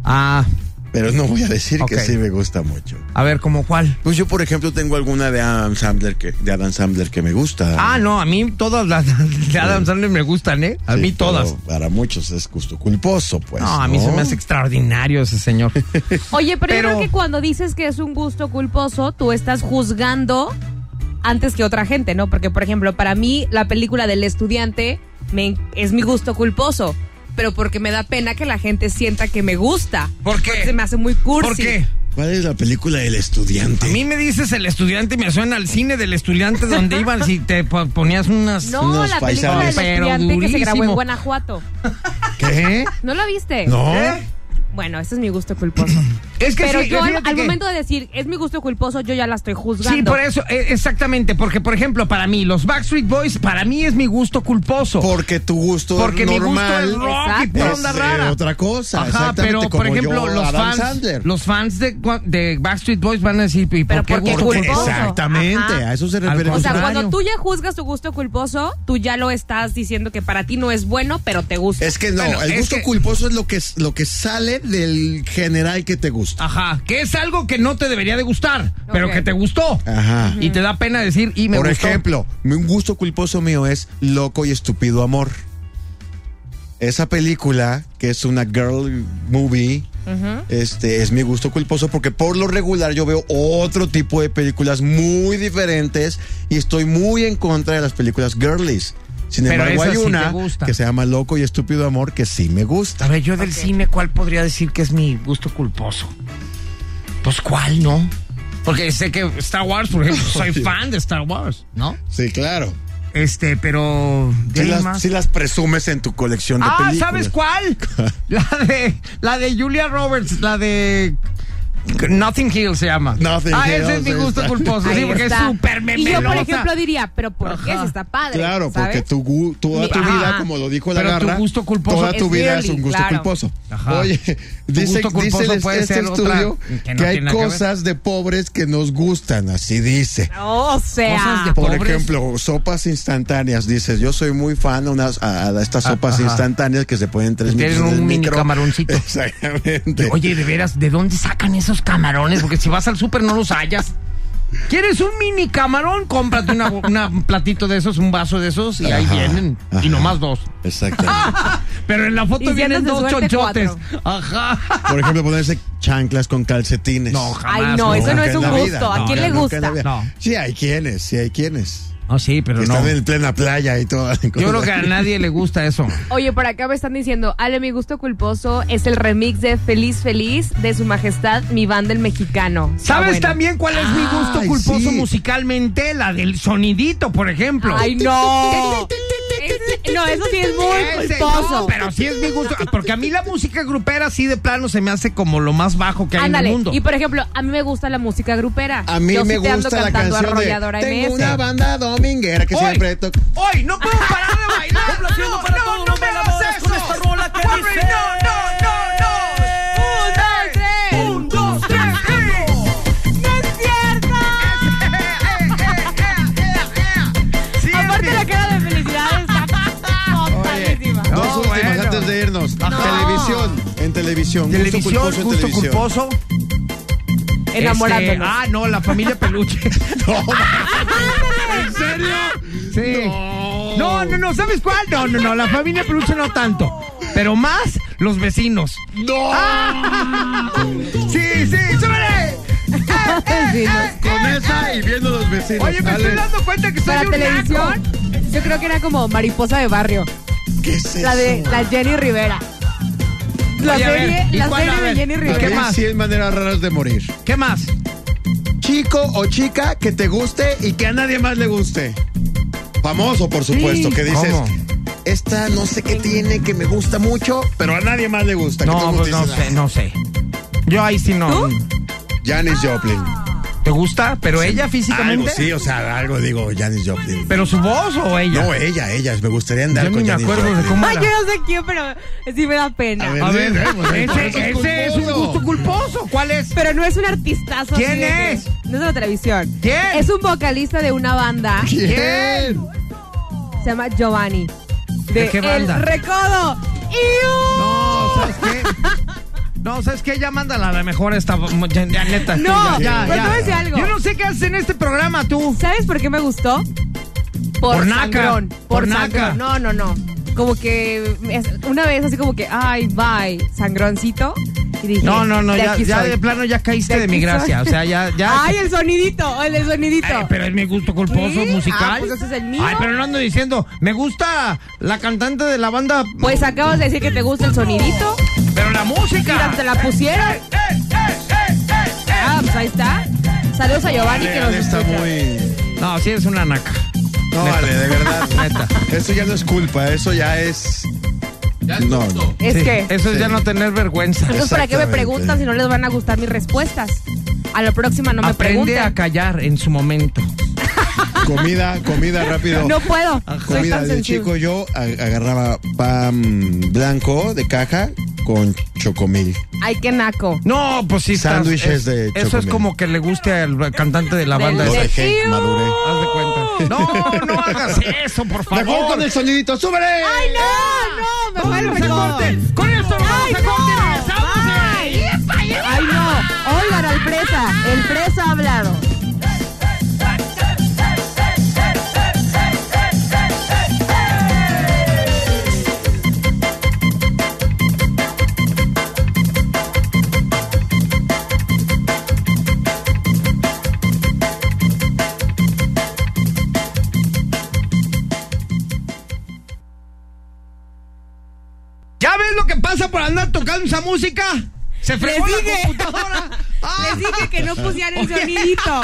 B: Ah.
C: Pero no voy a decir
B: Ok.
C: que sí me gusta mucho.
B: A ver, ¿como cuál?
C: Pues yo, por ejemplo, tengo alguna de Adam Sandler que, de Adam Sandler que me gusta.
B: Ah, no, a mí todas las de Adam Sandler me gustan, ¿eh? A
C: Sí,
B: mí
C: pero
B: todas.
C: Para muchos es gusto culposo, pues.
B: no, a mí se me hace extraordinario ese señor.
D: Oye, pero,
B: Pero-
D: yo creo que cuando dices que es un gusto culposo, tú estás juzgando antes que otra gente, ¿no? Porque, por ejemplo, para mí la película del estudiante me- es mi gusto culposo, pero porque me da pena que la gente sienta que me gusta.
B: ¿Por qué?
D: Se me hace muy cursi.
B: ¿Por qué?
C: ¿Cuál es la película del estudiante?
B: A mí me dices el estudiante y me suena al cine del estudiante donde iban si te po- ponías unas...
D: No, la película del estudiante que se grabó en Guanajuato.
B: ¿Qué?
D: ¿No la viste?
B: No.
D: Bueno, ese es mi gusto culposo.
B: Es que
D: pero
B: sí,
D: yo al,
B: fíjate
D: al
B: que-
D: momento de decir es mi gusto culposo, yo ya la estoy juzgando.
B: Sí, por eso, eh, exactamente, porque por ejemplo, para mí, los Backstreet Boys, para mí es mi gusto culposo.
C: Porque tu gusto
B: Porque mi gusto
C: normal
B: es rock y por
C: es,
B: onda
C: eh,
B: rara.
C: otra cosa.
B: Ajá,
C: exactamente,
B: pero por
C: como
B: ejemplo,
C: yo,
B: los
C: Adam
B: fans,
C: Sandler.
B: los fans de, gua- de Backstreet Boys van a decir, ¿y por
D: Pero
B: qué
D: porque
B: gusto
D: culposo.
B: culposo?
C: Exactamente,
D: Ajá.
C: a eso se
B: Al
C: refiere.
D: O sea,
B: contrario.
D: cuando tú ya juzgas tu gusto culposo, tú ya lo estás diciendo que para ti no es bueno, pero te gusta.
C: Es que no,
B: Bueno,
C: el
B: es
C: gusto
B: que-
C: culposo es lo que, lo que sale del general que te gusta.
B: Ajá, que es algo que no te debería de gustar, pero
D: Ok.
B: que te gustó.
C: Ajá.
B: Y te da pena decir, y me
C: Por
B: gustó.
C: ejemplo, un gusto culposo mío es Loco y Estúpido Amor. Esa película, que es una girl movie, este, es mi gusto culposo porque por lo regular yo veo otro tipo de películas muy diferentes y estoy muy en contra de las películas girlies. Sin
B: Pero
C: embargo,
B: esa
C: hay
B: sí te
C: una
B: gusta.
C: que se llama Loco y Estúpido Amor que sí me gusta.
B: A ver, yo del cine, ¿cuál podría decir que es mi gusto culposo? Pues, ¿cuál no? Porque sé que Star Wars, por ejemplo, soy fan de Star Wars, ¿no?
C: Sí, claro.
B: Este, pero... de
C: Si
B: ahí
C: las,
B: más.
C: sí las presumes en tu colección de
B: Ah,
C: películas.
B: ¿sabes cuál? La de, la de Julia Roberts, la de Nothing Hill se llama.
C: Nothing
B: ah,
C: Hill,
B: ese es mi
C: ahí
B: gusto
C: está.
B: culposo,
D: Ahí
B: sí, porque
D: está.
B: es súper
D: Y yo, por
B: memelosa.
D: ejemplo, diría, pero ¿por qué
B: Ajá.
D: si está padre?
C: Claro, porque
D: ¿sabes?
C: tu, gu- toda tu
D: Ajá.
C: vida, como lo dijo la
B: Pero tu
C: garra,
B: gusto culposo
C: toda tu
D: es
C: vida
D: girly,
C: es un gusto
D: claro.
C: culposo.
B: Ajá.
C: Oye,
B: Tu
C: dice,
B: gusto culposo
C: dice
B: puede
C: este
B: ser otra
C: estudio
B: que
C: que,
B: no
C: hay
B: tiene nada que ver.
C: cosas de pobres que nos gustan, así dice.
D: O sea,
B: Cosas de
C: Por
B: pobres.
C: ejemplo, sopas instantáneas. Dices, yo soy muy fan a, unas, a, a estas sopas
B: Ah, ajá.
C: instantáneas que se pueden tres
B: Que tienen
C: minutos en
B: un
C: el
B: mini
C: micro.
B: camaroncito.
C: Exactamente.
B: Oye, de veras, ¿de dónde sacan esos camarones? Porque si vas al súper no los hallas. ¿Quieres un mini camarón? Cómprate una- una- un platito de esos, un vaso de esos, y ahí
C: Ajá,
B: vienen. Y
C: ajá.
B: nomás dos.
C: Exactamente.
B: Pero en la
D: Y
B: foto
D: si
B: vienen
D: andas de
B: dos
D: suerte,
B: chonchotes.
D: cuatro.
B: Ajá.
C: Por ejemplo, ponerse chanclas con calcetines.
B: No, jamás.
D: Ay, no, eso no
C: Nunca
D: es
C: en
D: un
C: la
D: gusto.
C: vida.
D: ¿A
C: No,
D: quién le
C: nunca en la
D: gusta?
C: vida.
B: No.
C: Sí, hay quienes, sí hay quienes.
B: No, Ah, sí, pero
C: que
B: no.
C: están en plena playa y todo.
B: Yo creo que a nadie le gusta eso.
D: Oye, por acá me están diciendo, Ale, mi gusto culposo es el remix de Feliz Feliz de Su Majestad, mi banda el mexicano. Está
B: ¿Sabes
D: bueno.
B: también cuál es mi gusto
C: Ay,
B: culposo
C: sí.
B: musicalmente? La del sonidito, por ejemplo.
D: Ay, no. Es- no, eso sí es muy
B: Ese, no,
D: culposo.
B: pero sí es mi gusto. Porque a mí la música grupera, sí de plano, se me hace como lo más bajo que hay
D: Ándale.
B: en el mundo.
D: Y por ejemplo, a mí me gusta la música grupera.
C: A mí
D: Yo sí
C: me
D: te ando
C: gusta la
D: cantando
C: canción
D: arrolladora
C: de Tengo
D: MS.
C: una banda dominguera que
B: Hoy,
C: siempre toca.
B: hoy no puedo parar de bailar. no, no, no me hagas eso. Warren, no, no, no, no. Un, dos, tres. Un, dos, tres.
D: ¡No es cierto!
B: Sí,
D: Aparte
B: es
D: la
B: mi-
D: cara de felicidad está totalísima.
C: Dos
B: No,
C: últimas
B: bueno.
C: antes de irnos. Televisión. En televisión. gusto
B: Televisión,
C: culposo en
B: gusto
C: televisión.
B: culposo.
D: Enamorándonos.
B: Este, ah, no, la familia peluche.
C: ¿En serio?
B: Sí. No, no, no, ¿sabes cuál? No, no, no, la familia peluche no tanto. Pero más los vecinos. Ah.
C: ¡No!
B: Sí, sí, súbele. Eh,
C: Con esa y viendo los vecinos.
B: Oye, me
C: Ale,
B: estoy dando cuenta que soy
D: Para
B: un
D: televisión,
B: naco.
D: yo creo que era como mariposa de barrio.
C: ¿Qué es eso?
D: La de la Jenny Rivera. La
B: Oye, a ver,
D: serie,
B: ¿y
D: la
B: cuál?
D: serie
B: A ver,
D: de Jenny
B: ¿y
D: Rivera.
B: qué
C: Hay
B: más?
C: 100 maneras raras de morir.
B: ¿Qué más?
C: Chico o chica que te guste y que a nadie más le guste. Famoso, por supuesto, que dices.
B: ¿Cómo?
C: Esta no sé qué tiene que me gusta mucho, pero a nadie más le gusta. que todo
B: No,
C: el mundo
B: pues no
C: dice,
B: sé, no sé. Yo ahí sí no.
C: Janis Joplin.
B: ¿Te gusta? Pero ella físicamente.
C: Algo, sí, o sea, algo digo Janis Joplin.
B: Pero su voz o ella.
C: no, ella, ella. Me gustaría andar
B: Yo
C: con
B: ni me
C: Janis
B: acuerdo de
C: Joplin.
B: cómo
D: Ay,
B: era.
D: yo no sé quién, pero sí me da pena.
B: A ver,
C: sí, pues,
B: ese,
C: por eso es
B: ese es un
C: culposo.
B: gusto culposo. ¿Cuál es?
D: Pero no es un artistazo.
B: ¿Quién
D: así de que-
B: es?
D: No es de la televisión.
B: ¿Quién?
D: Es un vocalista de una banda.
B: ¿Quién?
D: Se llama Giovanni.
B: ¿De qué banda?
D: El Recodo. ¡Iu!
B: No, ¿sabes qué? No, ¿sabes qué? Ya mándala a la mejor esta. Ya, ya, neta.
D: No,
B: ya, ya,
D: pero
B: ya.
D: te voy a decir algo.
B: Yo no sé qué haces en este programa tú.
D: ¿Sabes por qué me gustó?
B: Por naca,
D: sangrón,
B: por
D: por sangrón.
B: naca.
D: No, no, no. Como que es- una vez así como que, ay, bye, sangroncito. Y dije,
B: No, no, no,
D: de
B: ya,
D: aquí
B: ya
D: soy.
B: de plano ya caíste
D: De
B: de, mi
D: aquí soy.
B: gracia. O sea, ya. ya
D: Ay, el sonidito, el, el sonidito.
B: Eh, pero es mi gusto culposo
D: ¿Sí?
B: musical.
D: Ah, pues ese es el mío.
B: Ay, pero no ando diciendo, me gusta la cantante de la banda,
D: Pues acabas de decir que te gusta el sonidito.
B: pero la
D: Mira,
B: música. Eh,
D: te la pusieron. Ah, pues ahí está. Saludos a Giovanni que nos
C: está
D: escucha.
C: muy.
B: No, sí eres una naca.
C: No,
B: Neta.
C: vale, de verdad.
B: Neta.
C: Eso ya no es culpa, eso ya es. No, no.
D: Es
B: Sí,
D: que.
B: Eso es ya no tener vergüenza.
D: Entonces, ¿para qué me preguntan si no les van a gustar mis respuestas? A la próxima no me
B: Aprende a
D: pregunten.
B: callar en su momento.
C: Comida, comida rápido. Ah,
D: No puedo. Soy
C: Comida
D: tan
C: de
D: sensible.
C: chico yo a- agarraba pan blanco de caja con chocomil.
D: Ay, qué naco.
B: No, pues sí, estás-
C: Sándwiches
B: es-
C: de
B: Eso es
C: chocomil.
B: como que le guste al cantante de la
D: De-
B: banda.
C: Lo
D: de-
B: esa.
C: dejé,
D: ¡Iu!
C: maduré.
B: Haz de cuenta. No, no hagas eso, por favor.
C: Mejor con el sonidito, súbele.
D: Ay, Ah, no, no, me va el
B: ¡Vámonos a corte!
D: recorte.
B: ¡Con esto nos
D: Ay,
B: vamos a corte!
D: no.
B: ¡Regresamos, eh!
D: Ay, no. Oigan al presa. El presa ha hablado.
B: ¿Ya ves lo que pasa por andar tocando esa música? Se fregó
D: Les
B: la
D: dije.
B: computadora. Ah,
D: Les dije que no pusieran el
B: Oye.
D: sonidito.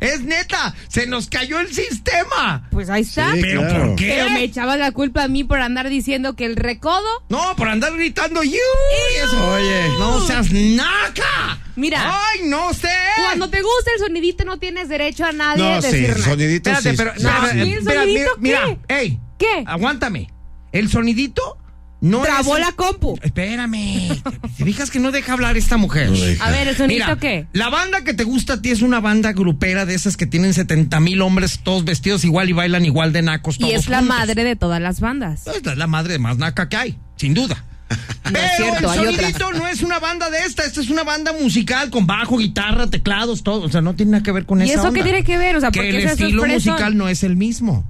B: es neta, se nos cayó el sistema.
D: Pues ahí está.
C: Sí,
B: ¿Pero
C: claro.
B: por qué?
D: Pero me echaban la culpa a mí por andar diciendo que el recodo.
B: No, por andar gritando you. y eso. Oye, no seas naca.
D: Mira.
B: Ay, no sé.
D: Cuando te gusta el sonidito, no tienes derecho a nadie
C: No, sí,
D: decir nada.
C: sonidito
B: Espérate,
C: sí.
B: pero
C: sí,
B: espera,
D: No,
C: sí.
D: ¿y el
B: espera,
D: sonidito
B: mira,
D: qué?
B: mira, ey.
D: ¿Qué?
B: Aguántame. El sonidito no
D: Trabó
B: es-
D: la compu.
B: Espérame. ¿Te fijas que no deja hablar esta mujer?
C: No deja.
D: A ver, ¿el sonidito
B: Mira,
D: qué?
B: La banda que te gusta a ti es una banda grupera de esas que tienen 70 mil hombres todos vestidos igual y bailan igual de nacos todos
D: Y es la
B: juntos.
D: madre de todas las bandas.
B: Esta es la madre más naca que hay, sin duda.
D: No es cierto,
B: el
D: hay otras.
B: sonidito no es una banda de esta, esta es una banda musical con bajo, guitarra, teclados, todo. O sea, no tiene nada que ver con
D: ¿Y
B: esa
D: eso qué
B: onda.
D: tiene que ver? O sea,
B: que
D: ¿por qué
B: el
D: se hace
B: estilo
D: fresón?
B: musical no es el mismo.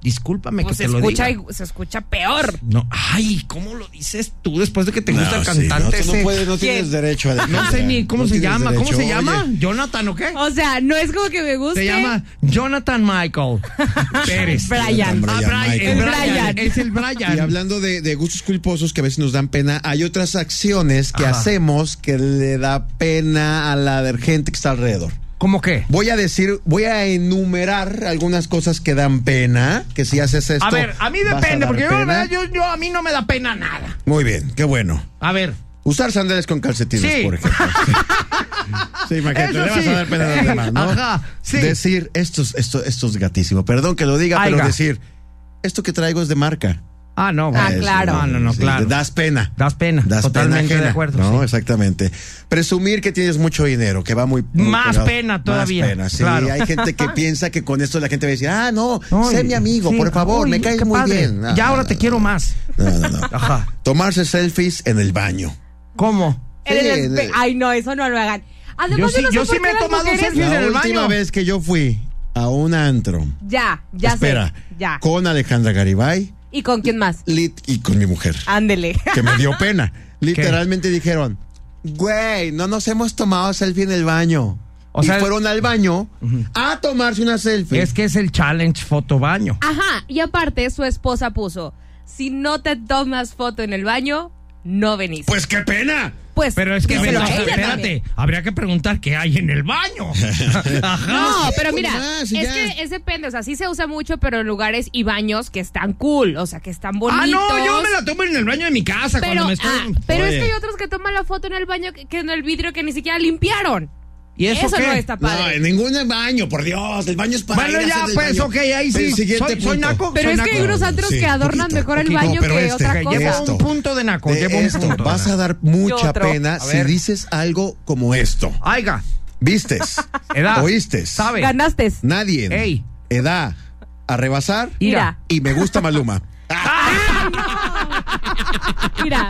B: Discúlpame
D: Pues
B: que
D: se
B: te lo
D: escucha,
B: diga.
D: y- se escucha peor.
B: No, ay, ¿cómo lo dices tú después de que te
C: No,
B: gusta el
C: sí,
B: cantante
C: no, tú
B: ese?
C: no, puedes, no
D: ¿Quién?
C: tienes derecho a
B: No sé ni cómo se llama, ¿cómo se llama? ¿Jonathan o qué?
D: O sea, no es como que me guste.
B: Se llama Jonathan Michael Pérez.
C: Brian
D: Brian.
B: Ah, Brian,
C: Michael.
B: el
D: El
B: Brian,
D: Brian.
B: Es el
C: Y
B: Brian.
C: hablando de, de gustos culposos que a veces nos dan pena, hay otras acciones que
B: Ajá.
C: hacemos que le da pena a la de- gente que está alrededor.
B: ¿Cómo qué?
C: Voy a decir, voy a enumerar algunas cosas que dan pena, que si haces esto.
B: A ver, a mí
C: vas
B: depende,
C: dar
B: porque yo, la
C: pena.
B: verdad, yo, yo- a mí no me da pena nada.
C: Muy bien, qué bueno.
B: A ver,
C: Usar sandales con calcetines,
B: Sí.
C: por ejemplo. sí, imagínate,
B: Eso
C: le vas
B: sí.
C: a dar pena a los demás, ¿no?
B: Ajá, sí.
C: Decir, esto, es- esto, esto es gatísimo. Perdón que lo diga,
B: Aiga.
C: pero decir, esto que traigo es de marca.
B: ah, no,
D: Ah,
B: bueno.
C: Eso,
D: claro.
B: No, no, no,
C: sí,
B: claro.
C: Das pena.
B: Das pena, totalmente de
C: ajena,
B: acuerdo,
C: No,
B: sí.
C: exactamente. Presumir que tienes mucho dinero, que va muy. muy
B: Más pena todavía,
C: Más pena, sí.
B: claro.
C: Hay gente que piensa que con esto la gente va a decir, ah, no,
B: Ay,
C: sé mi amigo,
B: sí.
C: por favor,
B: Uy,
C: me caes
B: qué
C: muy
B: padre.
C: bien. No,
B: ya
C: no,
B: ahora
C: no,
B: te
C: no,
B: quiero más.
C: No, no, no.
B: Ajá.
C: Tomarse selfies en el baño.
B: ¿Cómo?
D: En el
C: Sí,
D: espe-
C: de-
D: Ay, no, eso no lo hagan. Además,
B: Yo
D: yo,
B: sí-
D: no sé
B: yo
D: por
B: sí me
D: qué
B: he
D: las
B: tomado
D: mujeres-
B: selfies.
C: La
B: en el
C: última
B: baño.
C: vez que yo fui a un antro.
D: Ya, ya
C: espera,
D: sé. Ya.
C: con Alejandra Garibay
D: ¿Y con quién más?
C: lit, y con mi mujer,
B: Ah.
D: Ándele.
C: que me dio pena. Literalmente dijeron, güey, no nos hemos tomado selfie en el baño.
B: O
C: y
B: sea-
C: fueron al baño a tomarse una selfie.
B: Es que es el challenge fotobaño.
D: Ajá, y aparte su esposa puso, si no te tomas foto en el baño, no venís.
C: Pues qué pena.
D: Pues,
B: Pero es que,
D: díselo
B: pero,
D: a ella
B: espérate,
D: también.
B: habría que preguntar qué hay en el baño. Ajá.
D: No,
B: pues
D: pero
C: con
D: mira,
C: más
D: es
C: y ya.
D: que es depende, o sea, sí se usa mucho, pero en lugares y baños que están cool, o sea, que están bonitos.
B: Ah, no, yo me la tomo en el baño de mi casa
D: pero,
B: cuando me estoy.
D: ah, pero es
C: Oye.
D: que hay otros que toman la foto en el baño que, que en el vidrio que ni siquiera limpiaron.
B: ¿Y eso, qué?
D: no está
C: No,
D: padre.
C: en ningún baño, por Dios. El baño es para
B: Bueno,
C: ir a
B: ya,
C: hacer el
B: pues,
C: baño.
B: ok, ahí sí.
C: El siguiente
B: Soy- soy
C: punto.
B: naco,
D: pero es que hay
B: naco.
D: unos antros
C: Sí,
D: que adornan
C: poquito,
D: mejor
C: poquito.
D: el baño
C: No, pero
D: que
C: este,
D: otra
C: que
D: cosa.
B: Llevo
C: esto.
B: un punto de naco.
C: De
B: llevo un
C: esto,
B: punto de
C: vas a
B: naco.
C: dar mucha
D: otro.
C: pena
B: A
C: si
B: ver.
C: dices algo como esto.
B: Aiga,
C: ¿Vistes?
B: edad.
C: ¿Oíste?
B: ¿Sabe?
D: Ganaste.
C: Nadie.
B: Ey.
C: Edad. A rebasar.
B: Ira.
C: Y me gusta Maluma.
D: Mira,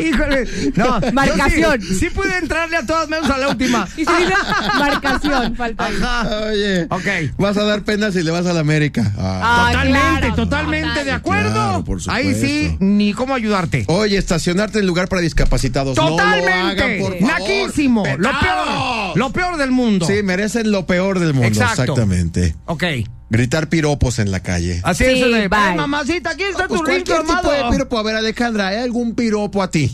B: Híjole. No. yo
D: Marcación.
B: Sí, sí pude entrarle a todas menos a la última.
D: Y se dice marcación, falta ahí.
B: Ajá.
C: Ah, Oye,
B: Ok.
C: vas a dar pena si le vas a la América. Ah.
D: Ah,
B: Totalmente,
D: claro,
B: totalmente
D: total.
B: de acuerdo.
C: Claro, por
B: Ahí sí,
C: supuesto.
B: ni cómo ayudarte.
C: Oye, estacionarte en lugar para discapacitados.
B: Totalmente.
C: No lo hagan, por favor.
B: Naquísimo. Lo
C: ¡Petardos!
B: peor. Lo peor del mundo.
C: Sí, merecen lo peor del mundo.
B: Exacto.
C: Exactamente.
B: Ok.
C: Gritar piropos en la calle.
B: Así
D: Sí,
B: es. el de,
D: bye.
B: "Ay, mamacita, aquí Ah, está
C: Pues
B: tu rico,
C: cualquier tipo de
B: amado".
C: piropo. A ver, Alejandra, ¿hay algún piropo a ti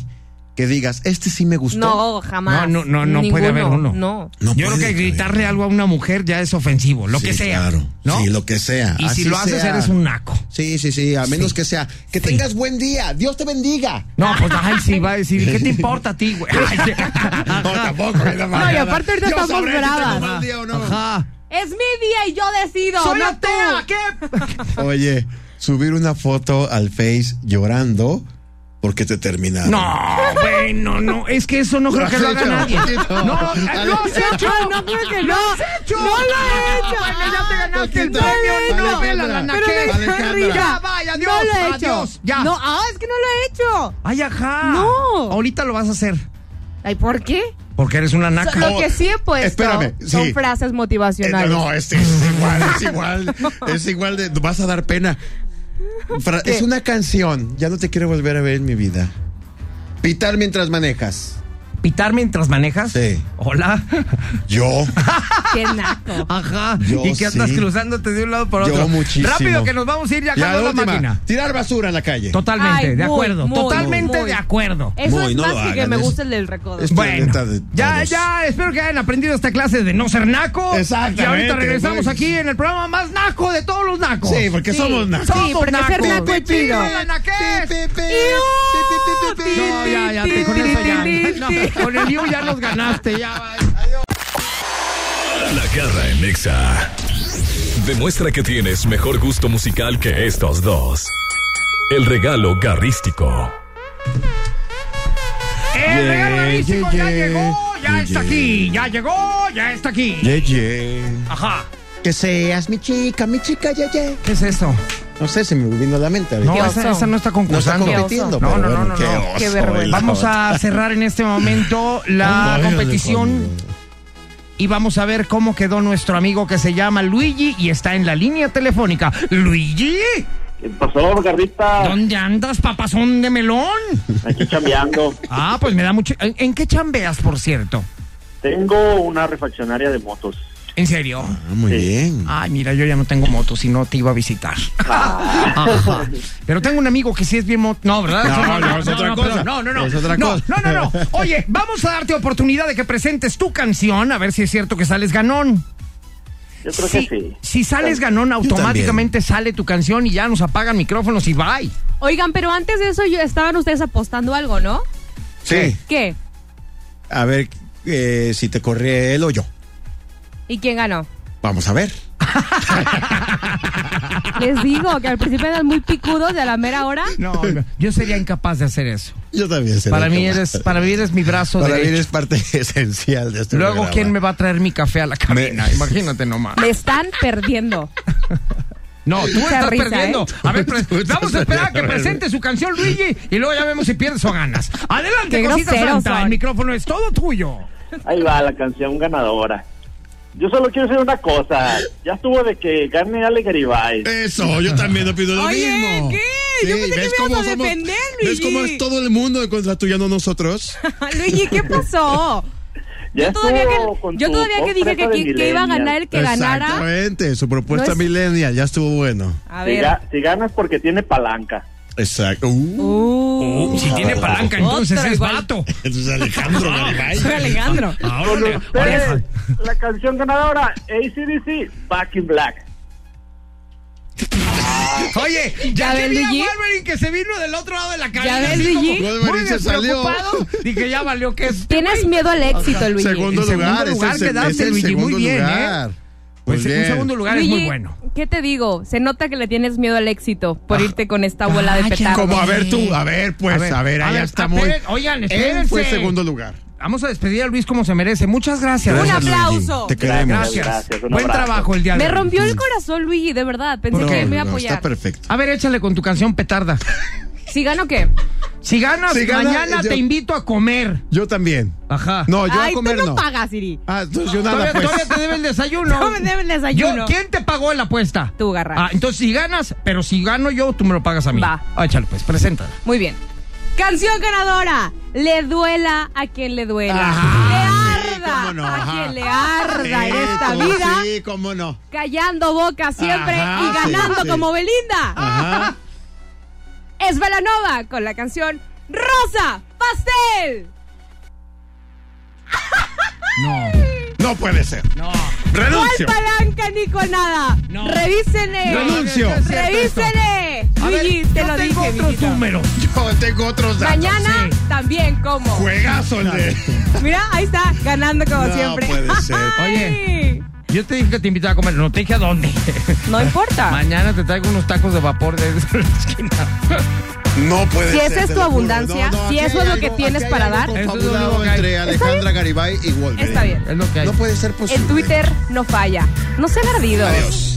C: que digas, este sí me gustó?
D: No, jamás.
B: No, no, no, no puede haber uno.
D: No.
C: No
B: Yo creo
C: puede
B: que gritarle
C: haber.
B: algo a una mujer ya es ofensivo, lo
C: Sí,
B: que sea.
C: Claro.
B: ¿no?
C: Sí, lo que sea.
B: y si
C: Así
B: lo haces,
C: sea.
B: eres un naco.
C: Sí, sí, sí, a menos
B: Sí.
C: que sea. Que tengas buen día. Dios te bendiga.
B: No, pues ay, sí, va a decir, ¿qué te importa a ti, güey? Ay, sí. Ajá.
C: No, tampoco. No,
D: No, y aparte ahorita estamos bravas.
B: Ajá.
D: Es mi día y yo decido.
B: ¡Soy
D: no
B: atea!
D: tú.
B: ¿Qué?
C: Oye, subir una foto al Face llorando porque te terminaron.
B: No, bueno, no, es que eso no creo
C: has
B: que lo haga
C: hecho?
B: nadie. No,
C: No.
B: no lo has hecho.
D: No, no creo que no.
B: hecho.
D: No lo he hecho.
B: Bueno, ya te ganaste el
C: Paquita,
B: premio,
C: Alejandra,
B: no vela la
D: Pero me
B: naquera.
C: Alejandra.
D: está risa.
B: Ya, vaya, adiós,
D: No lo he hecho.
B: adiós, ya.
D: No, ah, es que no lo he hecho.
B: Ay, ajá.
D: No.
B: Ahorita lo vas a hacer.
D: Ay, ¿por qué?
B: Porque eres una
D: So-
B: naca.
D: Lo que sí he puesto
C: Ah, Espérame,
D: son
C: sí.
D: frases
C: Eh,
D: motivacionales.
C: no, es, es igual, es igual. Es igual de. Vas a dar pena. Fra- es una canción. Ya no te quiero volver a ver en mi vida. Pitar mientras manejas.
B: ¿Pitar mientras manejas?
C: Sí.
B: Hola.
C: Yo.
D: Qué naco.
B: Ajá.
C: Yo
B: y que andas
C: sí.
B: cruzándote de un lado para
C: Yo
B: otro.
C: muchísimo.
B: Rápido que nos vamos a ir ya,
C: Ya,
B: acabó
C: la
B: la
C: última.
B: máquina.
C: Tirar basura en la calle.
B: Totalmente,
D: Ay,
B: de
D: muy,
B: acuerdo.
D: muy,
B: totalmente
D: muy.
B: de acuerdo.
D: Eso
C: Muy,
D: es
C: no
D: más
C: lo
D: que, que
C: hagan,
D: me
C: es-
D: gusta el del recodo.
C: es-
B: Bueno,
C: Neta Este de
B: ya,
C: todos.
B: ya, espero que hayan aprendido esta clase de no ser naco.
C: Exactamente,
B: Y ahorita regresamos
C: muy-
B: aquí en el programa más naco de todos los nacos.
C: Sí, porque
D: Sí.
C: somos nacos.
D: Sí, porque ser
B: nacos.
D: naco es chido.
B: ¡Viva la naquez!
C: Pi, pi, pi.
B: ¡Iu!
C: Pi, oh, pi, pi, pi, pi.
B: No, ya, ya, con eso ya. No, con el Iu ya nos ganaste, ya, bye.
A: La garra en Exa. Demuestra que tienes mejor gusto musical que estos dos. El regalo garrístico.
B: El
C: Yeah,
B: regalo rarísimo
C: yeah,
B: ya
C: yeah.
B: llegó, ya
C: Yeah,
B: está
C: yeah.
B: aquí, ya llegó, ya está aquí.
C: Ye, ye.
B: Ajá.
K: Que seas mi chica, mi chica, ye, ye.
B: ¿Qué es eso?
C: No sé, se me vino a la mente.
B: No,
C: ahorita.
B: esa, esa no está
C: no está
B: concursando.
C: compitiendo.
B: No,
C: pero
B: no, no,
C: bueno,
B: no,
C: qué
B: no.
C: oso,
D: Qué vergüenza.
C: el
B: Vamos
C: otro.
B: a cerrar en este momento la
C: Ay,
B: competición y vamos a ver cómo quedó nuestro amigo que se llama Luigi y está en la línea telefónica. Luigi,
F: ¿Qué pasó, garrita?
B: ¿dónde andas, papazón de melón?
F: Aquí chambeando.
B: Ah, pues me da mucho... ¿En, en qué chambeas, por cierto?
F: Tengo una refaccionaria de motos.
B: ¿En serio?
C: Ah, muy
F: Sí.
C: bien.
B: Ay, mira, yo ya no tengo moto, si no te iba a visitar. Ajá. Pero tengo un amigo que sí es bien moto. No, ¿verdad?
C: Ah. No, no, es otra
B: perdón.
C: cosa.
B: No, no, no.
C: Es otra
B: no,
C: cosa.
B: No, no, no. Oye, vamos a darte oportunidad de que presentes tu canción, a ver si es cierto que sales ganón.
F: Yo creo
B: si,
F: que sí.
B: si sales ganón, automáticamente sale tu canción y ya nos apagan micrófonos y bye.
D: Oigan, pero antes de eso yo, estaban ustedes apostando algo, ¿no?
C: Sí.
D: ¿Qué?
C: A ver eh, si te corre él o yo.
D: ¿Y quién ganó?
C: Vamos a ver.
D: Les digo que al principio eran muy picudos y a la mera hora.
B: No, no, yo sería incapaz de hacer eso.
C: Yo también seré
B: Para mí
C: capaz.
B: eres, para mí eres mi brazo
C: Para mí
B: derecho.
C: eres parte esencial de este
B: Luego,
C: programa.
B: ¿quién me va a traer mi café a la cabina? Imagínate nomás.
D: Me están perdiendo.
B: No, tú
D: Mucha
B: estás
D: risa,
B: perdiendo.
D: ¿eh?
B: A ver, pre- vamos a esperar a que
C: perdiendo.
B: presente su canción, Luigi, y luego ya vemos si pierdes o ganas. Adelante,
D: Qué
B: cosita
D: groseros
B: santa.
D: son.
B: El micrófono es todo tuyo.
F: Ahí va la canción ganadora. Yo solo quiero decir una cosa. Ya estuvo de que gane Ale Garibay.
D: Eh,
C: Eso, yo también opino lo
D: Oye,
C: mismo.
D: ¿qué? Yo pensé que me ibas a
C: somos-
D: defender,
C: ¿Ves cómo
D: Luigi?
C: es todo el mundo en contra tuya, no nosotros?
D: Luigi, ¿qué pasó?
F: Ya
D: Yo todavía
F: estuvo
D: que,
F: con
D: yo
F: tu
D: todavía que dije que,
F: oferta de
D: que- que iba a ganar el que ganara.
C: Exactamente, su propuesta
D: No es-
C: millennial ya estuvo bueno.
D: A
F: Si,
D: ver.
F: ga- si ganas porque tiene palanca.
C: Exacto. Uh,
D: Uh,
B: si tiene palanca, entonces
D: Otro
B: es
D: igual.
B: vato.
C: entonces Alejandro Garibay.
D: soy Alejandro.
B: Ah. Ahora,
F: Con
B: le- ahora-
F: ustedes, la canción ganadora, ACDC, Back in Black.
B: Oye, ya,
D: ¿Ya
B: que
D: ves,
B: vi a
D: Luigi?
B: Wolverine que se vino del otro lado de la calle.
D: ¿Ya ves,
B: así como
D: Luigi?
B: Muy
C: Wolverine se salió.
B: despreocupado. Dije, ya valió que es.
D: Tienes miedo al éxito, Luigi.
C: Segundo
B: En segundo
C: lugar,
B: lugar
C: es el,
B: quedaste,
C: es el
B: Luigi, muy
C: segundo
B: bien, ¿eh?
C: lugar. Muy
B: Pues, un
C: bien.
B: segundo lugar es muy
D: Luigi,
B: bueno.
D: ¿Qué te digo? Se nota que le tienes miedo al éxito
C: Ah,
D: por irte con esta bola de
B: cállate.
D: petardo.
C: Como a ver tú, a ver, pues, a ver, allá está muy.
B: esperen, Oigan,
C: Él fue
B: espérense.
C: segundo lugar.
B: Vamos a despedir a Luis como se merece. Muchas gracias.
D: Un
C: Luigi.
D: aplauso.
C: Te queremos.
B: Gracias.
F: Gracias, un
B: Buen
F: abrazo.
B: trabajo el día de
D: Me
B: hoy.
D: rompió el corazón, Luigi, de verdad. Pensé
C: No,
D: que me iba a
C: no,
D: apoyar.
C: Está perfecto.
B: A ver, échale con tu canción petarda.
D: ¿Si gano qué?
B: Si ganas,
C: Si gana,
B: mañana
C: yo-
B: te invito a comer.
C: Yo también.
B: Ajá.
C: No, yo
D: Ay,
C: a comer
D: tú no,
C: no.
D: pagas, Siri.
C: Ah, entonces yo nada,
B: Ah. Todavía,
C: pues.
B: todavía te debe el desayuno.
D: No me debe el desayuno.
B: Yo- ¿Quién te pagó la apuesta?
D: Tú, Garra.
B: Ah, entonces si ganas, pero si gano yo, tú me lo pagas a mí.
D: Va.
B: Ah, échale, pues, preséntala.
D: Muy bien. Canción ganadora. Le duela a quien le duela.
C: Ah, sí,
D: le arda
C: cómo no,
D: a
C: ajá.
D: quien le arda en
C: Sí,
D: esta
C: Eh, cómo-
D: vida.
C: Sí, cómo no.
D: Callando boca siempre
C: Ajá,
D: y ganando
C: sí, sí.
D: como Belinda.
C: Ajá.
D: Es Belanova con la canción Rosa Pastel.
B: No.
C: No puede ser.
B: No.
D: No hay
C: Renuncio.
D: palanca ni con nada.
B: No.
D: Revísenle.
C: Renuncio.
B: No, no es cierto
D: Revísenle.
B: A ver,
D: Luigi, te
B: yo
D: lo
B: tengo
D: dije.
B: otros
D: mijito.
B: números.
C: Yo tengo otros datos.
D: Mañana también como.
C: Juegazo el de.
D: Mira, ahí está, ganando como
C: No
D: siempre.
C: puede ser.
D: Ay,
B: Yo te dije que te invitaba a comer, no te dije a dónde.
D: No importa.
B: Mañana te traigo unos tacos de vapor de la esquina.
C: No puede
D: Si
C: ser.
D: esa es
C: te
D: tu
C: lo juro.
D: abundancia, si
C: aquí
D: eso
C: hay
D: es lo que
C: algo-
D: tienes
C: aquí hay
D: para
C: algo
B: Eso
D: dar.
B: es lo
C: confabulado
B: único que hay.
C: entre Alejandra Garibay y Wolverine.
D: Está bien.
B: Es lo que hay.
C: No puede ser posible.
D: El Twitter no falla. No se ha perdido.
C: Adiós.